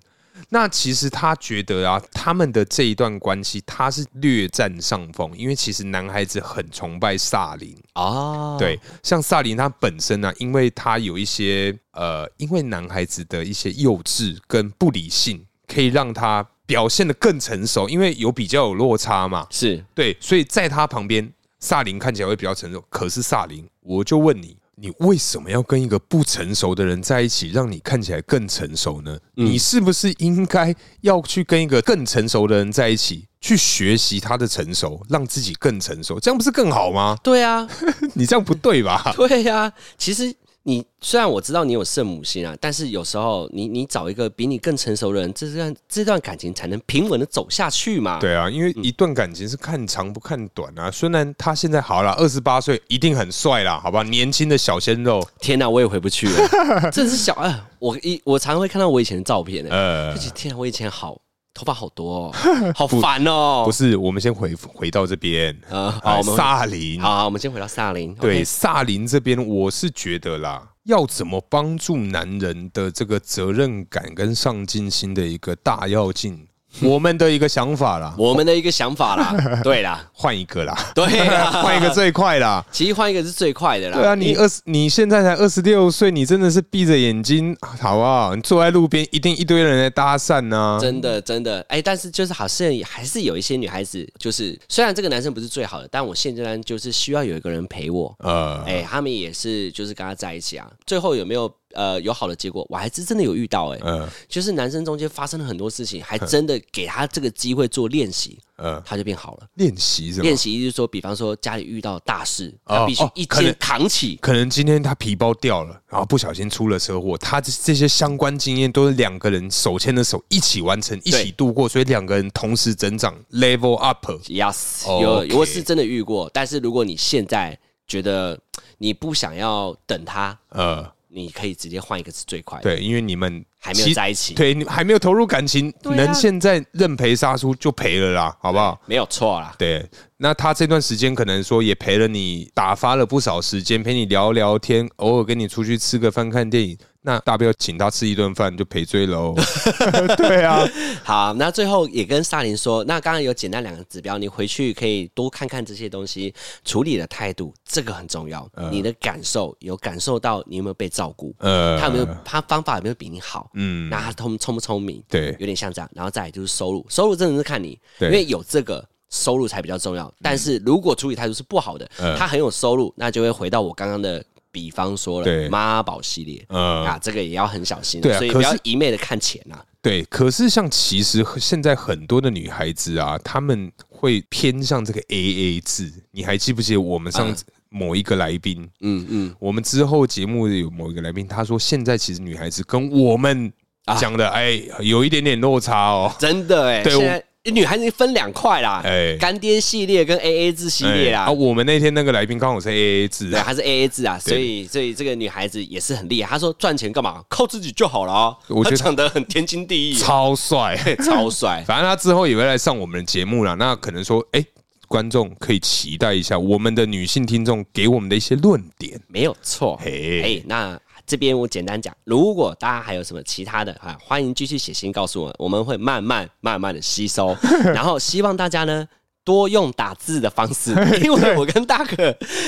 [SPEAKER 2] 那其实他觉得啊，他们的这一段关系，他是略占上风，因为其实男孩子很崇拜萨林。
[SPEAKER 1] 哦，
[SPEAKER 2] 对，像萨林他本身呢、啊，因为他有一些呃，因为男孩子的一些幼稚跟不理性，可以让他表现得更成熟，因为有比较有落差嘛。
[SPEAKER 1] 是
[SPEAKER 2] 对，所以在他旁边，萨林看起来会比较成熟。可是萨林，我就问你，你为什么要跟一个不成熟的人在一起，让你看起来更成熟呢？你是不是应该要去跟一个更成熟的人在一起，去学习他的成熟，让自己更成熟？这样不是更好吗？
[SPEAKER 1] 对啊，
[SPEAKER 2] 你这样不对吧？
[SPEAKER 1] 对呀、其实你虽然我知道你有圣母心啊，但是有时候你你找一个比你更成熟的人，这段这段感情才能平稳的走下去嘛。，
[SPEAKER 2] 对啊，因为
[SPEAKER 1] 嗯
[SPEAKER 2] 一段感情是看长不看短啊。虽然他现在好了，二十八岁一定很帅啦，好吧？年轻的小鲜肉，
[SPEAKER 1] 天哪、我也回不去 了，真是小啊！我一我常会看到我以前的照片、欸，
[SPEAKER 2] 呃
[SPEAKER 1] 而，且天啊，我以前好头发好多、 哦，好烦哦
[SPEAKER 2] 不。是，我们先回回到这边。
[SPEAKER 1] 呃，好，
[SPEAKER 2] 啊，
[SPEAKER 1] 我们好
[SPEAKER 2] 萨林，
[SPEAKER 1] 好，我们先回到萨林。
[SPEAKER 2] 对
[SPEAKER 1] OK，
[SPEAKER 2] 萨林这边，我是觉得啦，要怎么帮助男人的这个责任感跟上进心的一个大要进，我们的一个想法啦，
[SPEAKER 1] 我们的一个想法 啦。对啦，
[SPEAKER 2] 换一个啦，
[SPEAKER 1] 对啦，
[SPEAKER 2] 换一个最快啦。
[SPEAKER 1] 其实换一个是最快的啦。
[SPEAKER 2] 对啊，
[SPEAKER 1] 因
[SPEAKER 2] 你
[SPEAKER 1] 为
[SPEAKER 2] 二十，你现在才二十六岁，你真的是闭着眼睛，好不好？你坐在路边，一定一堆人来搭讪啊呐、
[SPEAKER 1] 真的真的哎、但是就是好像也还是有一些女孩子，就是虽然这个男生不是最好的，但我现阶段就是需要有一个人陪我。
[SPEAKER 2] 呃，
[SPEAKER 1] 哎、他们也是就是跟他在一起啊，最后有没有呃有好的结果？我还是真的有遇到哎、
[SPEAKER 2] 呃，
[SPEAKER 1] 就是男生中间发生了很多事情，还
[SPEAKER 2] 嗯
[SPEAKER 1] 真的给他这个机会做练习，
[SPEAKER 2] 呃，
[SPEAKER 1] 他就变好了。
[SPEAKER 2] 练习什么
[SPEAKER 1] 练？习就是说，比方说家里遇到大事，
[SPEAKER 2] 哦
[SPEAKER 1] 他必须
[SPEAKER 2] 哦
[SPEAKER 1] 一
[SPEAKER 2] 可
[SPEAKER 1] 肩
[SPEAKER 2] 能
[SPEAKER 1] 扛起。
[SPEAKER 2] 可能今天他皮包掉了，然后不小心出了车祸，他这这些相关经验都是两个人手牵着手一起完成、一起度过，所以两个人同时增长 level up。
[SPEAKER 1] Yes，
[SPEAKER 2] OK
[SPEAKER 1] 有我是真的遇过，但是如果你现在觉得你不想要等他，
[SPEAKER 2] 呃，
[SPEAKER 1] 你可以直接换一个是最快的，
[SPEAKER 2] 对，因为你们
[SPEAKER 1] 还没有
[SPEAKER 2] 其
[SPEAKER 1] 在一起，
[SPEAKER 2] 对，你还没有投入感情，
[SPEAKER 1] 对啊
[SPEAKER 2] 能现在认赔杀出就赔了啦，好不好？
[SPEAKER 1] 没有错啦。
[SPEAKER 2] 对，那他这段时间可能说也陪了你，打发了不少时间，陪你聊聊天，偶尔跟你出去吃个饭、看电影。那大不了请他吃一顿饭就赔罪喽。 对啊，
[SPEAKER 1] 好，那最后也跟萨林说，那刚刚有简单两个指标，你回去可以多看看这些东西，处理的态度这个很重要，
[SPEAKER 2] 嗯
[SPEAKER 1] 你的感受有感受到你有没有被照顾，
[SPEAKER 2] 呃，
[SPEAKER 1] 他有没有他方法有没有比你好，
[SPEAKER 2] 嗯，
[SPEAKER 1] 那他聪聪不聪明，
[SPEAKER 2] 对
[SPEAKER 1] 有点像这样，然后再来就是收入，收入真的是看你，因
[SPEAKER 2] 对
[SPEAKER 1] 为有这个。收入才比较重要，但是如果处理态度是不好的，
[SPEAKER 2] 嗯
[SPEAKER 1] 他很有收入，那就会回到我刚刚的比方说了，
[SPEAKER 2] 对
[SPEAKER 1] 妈宝系列、
[SPEAKER 2] 呃，
[SPEAKER 1] 啊，这个也要很小心，
[SPEAKER 2] 对啊
[SPEAKER 1] 所以
[SPEAKER 2] 可
[SPEAKER 1] 不要
[SPEAKER 2] 是
[SPEAKER 1] 一昧的看钱啊。
[SPEAKER 2] 对，可是像其实现在很多的女孩子啊，她们会偏向这个 A A 制。你还记不记得我们上次某一个来宾？
[SPEAKER 1] 嗯嗯，
[SPEAKER 2] 我们之后节目有某一个来宾，他说现在其实女孩子跟我们讲的，哎、有一点点落差哦。
[SPEAKER 1] 真的哎、
[SPEAKER 2] 对
[SPEAKER 1] 现在女孩子分两块啦，
[SPEAKER 2] 哎
[SPEAKER 1] 干爹系列跟 AA 制系列啦。
[SPEAKER 2] 哎啊，我们那天那个来宾刚好是 A A 制
[SPEAKER 1] 对，
[SPEAKER 2] 啊，
[SPEAKER 1] 她是 A A 制啊，所以所以这个女孩子也是很厉害。她说赚钱干嘛？靠自己就好了啊！
[SPEAKER 2] 我
[SPEAKER 1] 她
[SPEAKER 2] 觉得
[SPEAKER 1] 讲得很天经地义，
[SPEAKER 2] 超 帅。
[SPEAKER 1] 超帅。
[SPEAKER 2] 反正他之后也会来上我们的节目啦。那可能说，哎、观众可以期待一下我们的女性听众给我们的一些论点。
[SPEAKER 1] 没有错。
[SPEAKER 2] 嘿
[SPEAKER 1] 哎，那这边我简单讲，如果大家还有什么其他的啊，欢迎继续写信告诉我，我们会慢慢慢慢的吸 收，然后希望大家呢。多用打字的方 式，因为我跟大可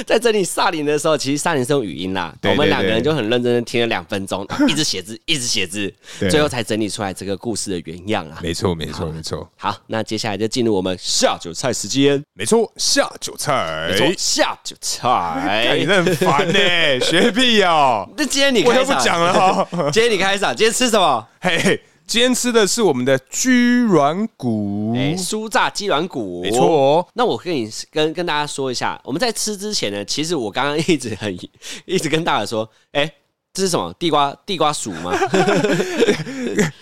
[SPEAKER 1] 在这里萨林的时候，其实萨林是用语音啦，
[SPEAKER 2] 对
[SPEAKER 1] 我们
[SPEAKER 2] 对
[SPEAKER 1] 两个人
[SPEAKER 2] 对
[SPEAKER 1] 就很认真的听了两分 钟，一直写字，一直写字，
[SPEAKER 2] 对
[SPEAKER 1] 最后才整理出来这个故事的原样啊。
[SPEAKER 2] 没错，没错，没错，
[SPEAKER 1] 好，那接下来就进入我们下酒菜时间，
[SPEAKER 2] 没错，下酒菜。
[SPEAKER 1] 没错，下酒
[SPEAKER 2] 哎，
[SPEAKER 1] 菜
[SPEAKER 2] 你。很烦呢、 学屁哦、
[SPEAKER 1] 那今天你
[SPEAKER 2] 我
[SPEAKER 1] 开
[SPEAKER 2] 就不
[SPEAKER 1] 场
[SPEAKER 2] 讲了哈、
[SPEAKER 1] 今天你开场，今天吃什么？
[SPEAKER 2] 嘿嘿，今天吃的是我们的居软骨，
[SPEAKER 1] 哎、酥炸鸡软骨，
[SPEAKER 2] 哦没错。哦。
[SPEAKER 1] 那我跟你跟跟大家说一下，我们在吃之前呢，其实我刚刚一直很 一直跟大家说，哎、这是什么？地瓜地瓜薯吗？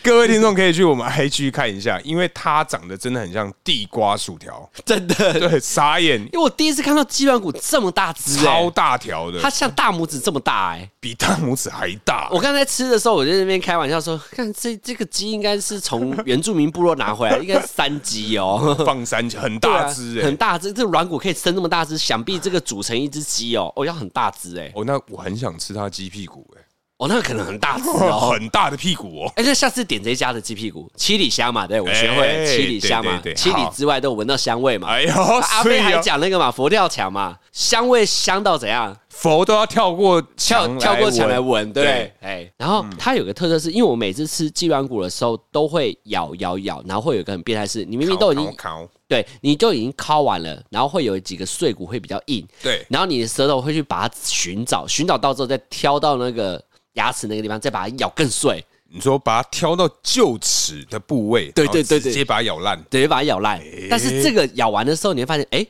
[SPEAKER 2] 各位听众可以去我们 IG 看一下，因为它长得真的很像地瓜薯 条，
[SPEAKER 1] 真的，
[SPEAKER 2] 对，傻眼，
[SPEAKER 1] 因为我第一次看到鸡软骨这么大只、哎
[SPEAKER 2] 超大条
[SPEAKER 1] 它
[SPEAKER 2] 的，
[SPEAKER 1] 像大拇指这么大哎、
[SPEAKER 2] 比大拇指还大。
[SPEAKER 1] 我刚才吃的时候，我就在那边开玩笑说， 看这这个鸡应该是从原住民部落拿回来， 应该是山鸡哦。
[SPEAKER 2] 放三很
[SPEAKER 1] 对啊
[SPEAKER 2] 大只哎、
[SPEAKER 1] 很大只，这软骨可以生这么大只，想必这个组成一只鸡哦，哦要很大只哎、
[SPEAKER 2] 哦，那我很想吃它的鸡屁股 哎、
[SPEAKER 1] 哦那可能很大只哦，
[SPEAKER 2] 很大的屁股哦。
[SPEAKER 1] 哎、那下次点这家的鸡屁股，七里香嘛，对我学会了
[SPEAKER 2] 哎
[SPEAKER 1] 七里香嘛，
[SPEAKER 2] 对对对
[SPEAKER 1] 七里
[SPEAKER 2] 好
[SPEAKER 1] 之外都闻到香味嘛。
[SPEAKER 2] 哎呦，
[SPEAKER 1] 啊阿
[SPEAKER 2] 所以
[SPEAKER 1] 飞还
[SPEAKER 2] 啊
[SPEAKER 1] 讲那个嘛，佛跳墙嘛，香味香到怎样，
[SPEAKER 2] 佛都要跳过
[SPEAKER 1] 跳
[SPEAKER 2] 墙
[SPEAKER 1] 跳过墙来闻，对不对
[SPEAKER 2] 对？嗯
[SPEAKER 1] 哎，然后它有个特色是，因为我每次吃鸡软骨的时候都会咬咬咬，然后会有一个很变态是，你明明都已经
[SPEAKER 2] 烤，
[SPEAKER 1] 对，你都已经敲完了，然后会有几个碎骨会比较硬，
[SPEAKER 2] 对，
[SPEAKER 1] 然后你的舌头会去把它寻找，寻找到之后再挑到那个牙齿那个地方，再把它咬更碎，
[SPEAKER 2] 你说把它挑到臼齿的部位，
[SPEAKER 1] 对
[SPEAKER 2] 然后
[SPEAKER 1] 对对对
[SPEAKER 2] 直接把它咬烂。
[SPEAKER 1] 对，把它咬烂。但是这个咬完的时候，你会发现，哎、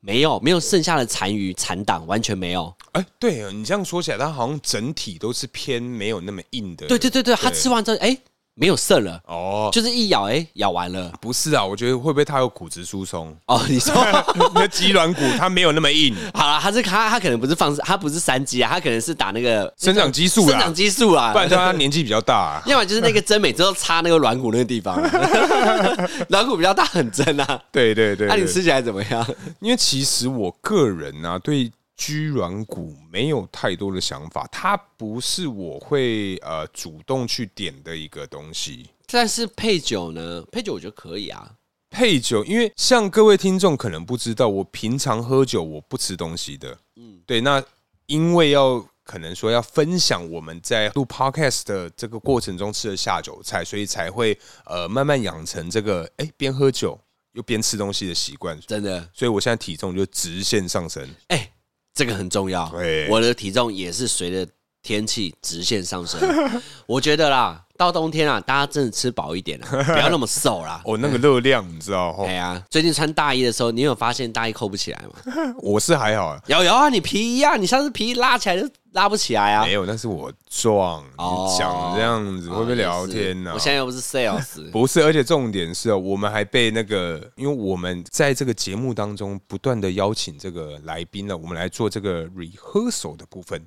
[SPEAKER 1] 没有，没有剩下的残余残党，完全没有。
[SPEAKER 2] 哎，对哦，你这样说起来，它好像整体都是偏没有那么硬的。
[SPEAKER 1] 对对对对，它吃完之后，哎、没有剩了，
[SPEAKER 2] 哦，
[SPEAKER 1] 就是一咬，哎、咬完了。？
[SPEAKER 2] 不是啊，我觉得会不会它有骨质疏松
[SPEAKER 1] 哦，你说
[SPEAKER 2] 那鸡软骨它没有那么硬，
[SPEAKER 1] 好了，它是它它可能不是放，它不是三鸡啊，它可能是打那个
[SPEAKER 2] 生长激素
[SPEAKER 1] 生
[SPEAKER 2] 啦
[SPEAKER 1] 长，激素 啊
[SPEAKER 2] 不，然它年纪比较大啊。
[SPEAKER 1] 要么就是那个针每次都插那个软骨那个地 方，软骨比较大很针啊。
[SPEAKER 2] 对对对，
[SPEAKER 1] 那、你
[SPEAKER 2] 对
[SPEAKER 1] 吃起来怎么样？
[SPEAKER 2] 因为其实我个人啊，对居软骨没有太多的想法，它不是我会呃主动去点的一个东西。
[SPEAKER 1] 但是配酒呢？配酒我觉得可以啊。
[SPEAKER 2] 配酒，因为像各位听众可能不知道，我平常喝酒我不吃东西的。嗯，对，那因为要可能说要分享我们在录 podcast 的这个过程中吃的下酒菜，所以才会呃慢慢养成这个哎边喝酒又边吃东西的习惯。
[SPEAKER 1] 真的，
[SPEAKER 2] 所以我现在体重就直线上升。
[SPEAKER 1] 哎、这个很重要。
[SPEAKER 2] 对
[SPEAKER 1] 我的体重也是随着天气直线上升。 我觉得啦，到冬天啊，大家真的吃饱一点啊， 不要那么瘦啦。
[SPEAKER 2] 哦，那个热量你知道？
[SPEAKER 1] 哎
[SPEAKER 2] 哦，
[SPEAKER 1] 呀，最近穿大衣的时候，你有发现大衣扣不起来吗？
[SPEAKER 2] 我是还好啊，
[SPEAKER 1] 有有啊，你皮衣啊，你上次皮衣拉起来就拉不起来啊
[SPEAKER 2] 没。有，那是我壮。
[SPEAKER 1] 哦
[SPEAKER 2] 你讲这样子会不会聊天呢、
[SPEAKER 1] 我现在又哎不是 sales，
[SPEAKER 2] 不是，而且重点是哦，我们还被那个，因为我们在这个节目当中不断的邀请这个来宾呢，我们来做这个 rehearsal 的部分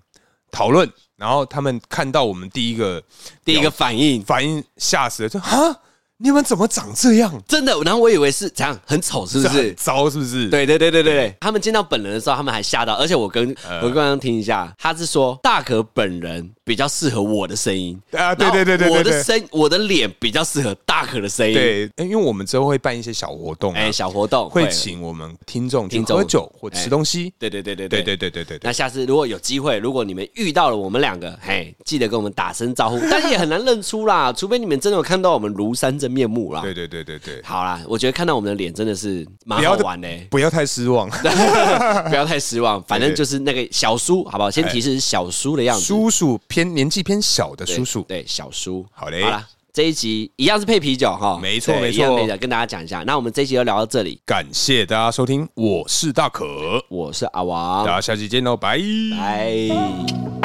[SPEAKER 2] 讨论，然后他们看到我们第一个
[SPEAKER 1] 第一个反应
[SPEAKER 2] 反应吓死了，说啊，你们怎么长这样？
[SPEAKER 1] 真的，然后我以为是怎样很丑，是不
[SPEAKER 2] 很
[SPEAKER 1] 是？
[SPEAKER 2] 糟是不是？，
[SPEAKER 1] 对对对对对对，他们见到本人的时候，他们还吓到，而且我跟、
[SPEAKER 2] 嗯
[SPEAKER 1] 我刚刚听一下，他是说大可本人比较适合我的声音
[SPEAKER 2] 啊对对对对
[SPEAKER 1] 然后我
[SPEAKER 2] 对
[SPEAKER 1] 的
[SPEAKER 2] 对
[SPEAKER 1] 声我的脸比较适合大可的声音，，
[SPEAKER 2] 对，因为我们之后会办一些小活动、啊，
[SPEAKER 1] 哎，小活动
[SPEAKER 2] 会，请我们听众去
[SPEAKER 1] 听众
[SPEAKER 2] 喝酒或
[SPEAKER 1] 哎
[SPEAKER 2] 吃东西。
[SPEAKER 1] 对对对对
[SPEAKER 2] 对对对对对对
[SPEAKER 1] 那下次如果有机会，如果你们遇到了我们两个，嘿，记得跟我们打声招呼，但也很难认出啦，除非你们真的有看到我们庐山真面目啦。
[SPEAKER 2] 对对对对对，
[SPEAKER 1] 好啦，我觉得看到我们的脸真的是蛮好玩的、欸
[SPEAKER 2] 不要太失望。
[SPEAKER 1] 不要太失 望。反正就是那个小叔，好不好？先提示是小叔的样子，
[SPEAKER 2] 哎叔叔偏年纪偏小的
[SPEAKER 1] 对
[SPEAKER 2] 叔叔，
[SPEAKER 1] 对小叔。
[SPEAKER 2] 好嘞
[SPEAKER 1] 好啦，这一集一样是配啤酒哈，
[SPEAKER 2] 没错
[SPEAKER 1] 对
[SPEAKER 2] 没错
[SPEAKER 1] 一样配啤酒跟大家讲一下。那我们这一集就聊到这里，
[SPEAKER 2] 感谢大家收听，我是大可，
[SPEAKER 1] 我是阿
[SPEAKER 2] 大
[SPEAKER 1] 王，
[SPEAKER 2] 哦家下期见喽，拜。
[SPEAKER 1] 拜。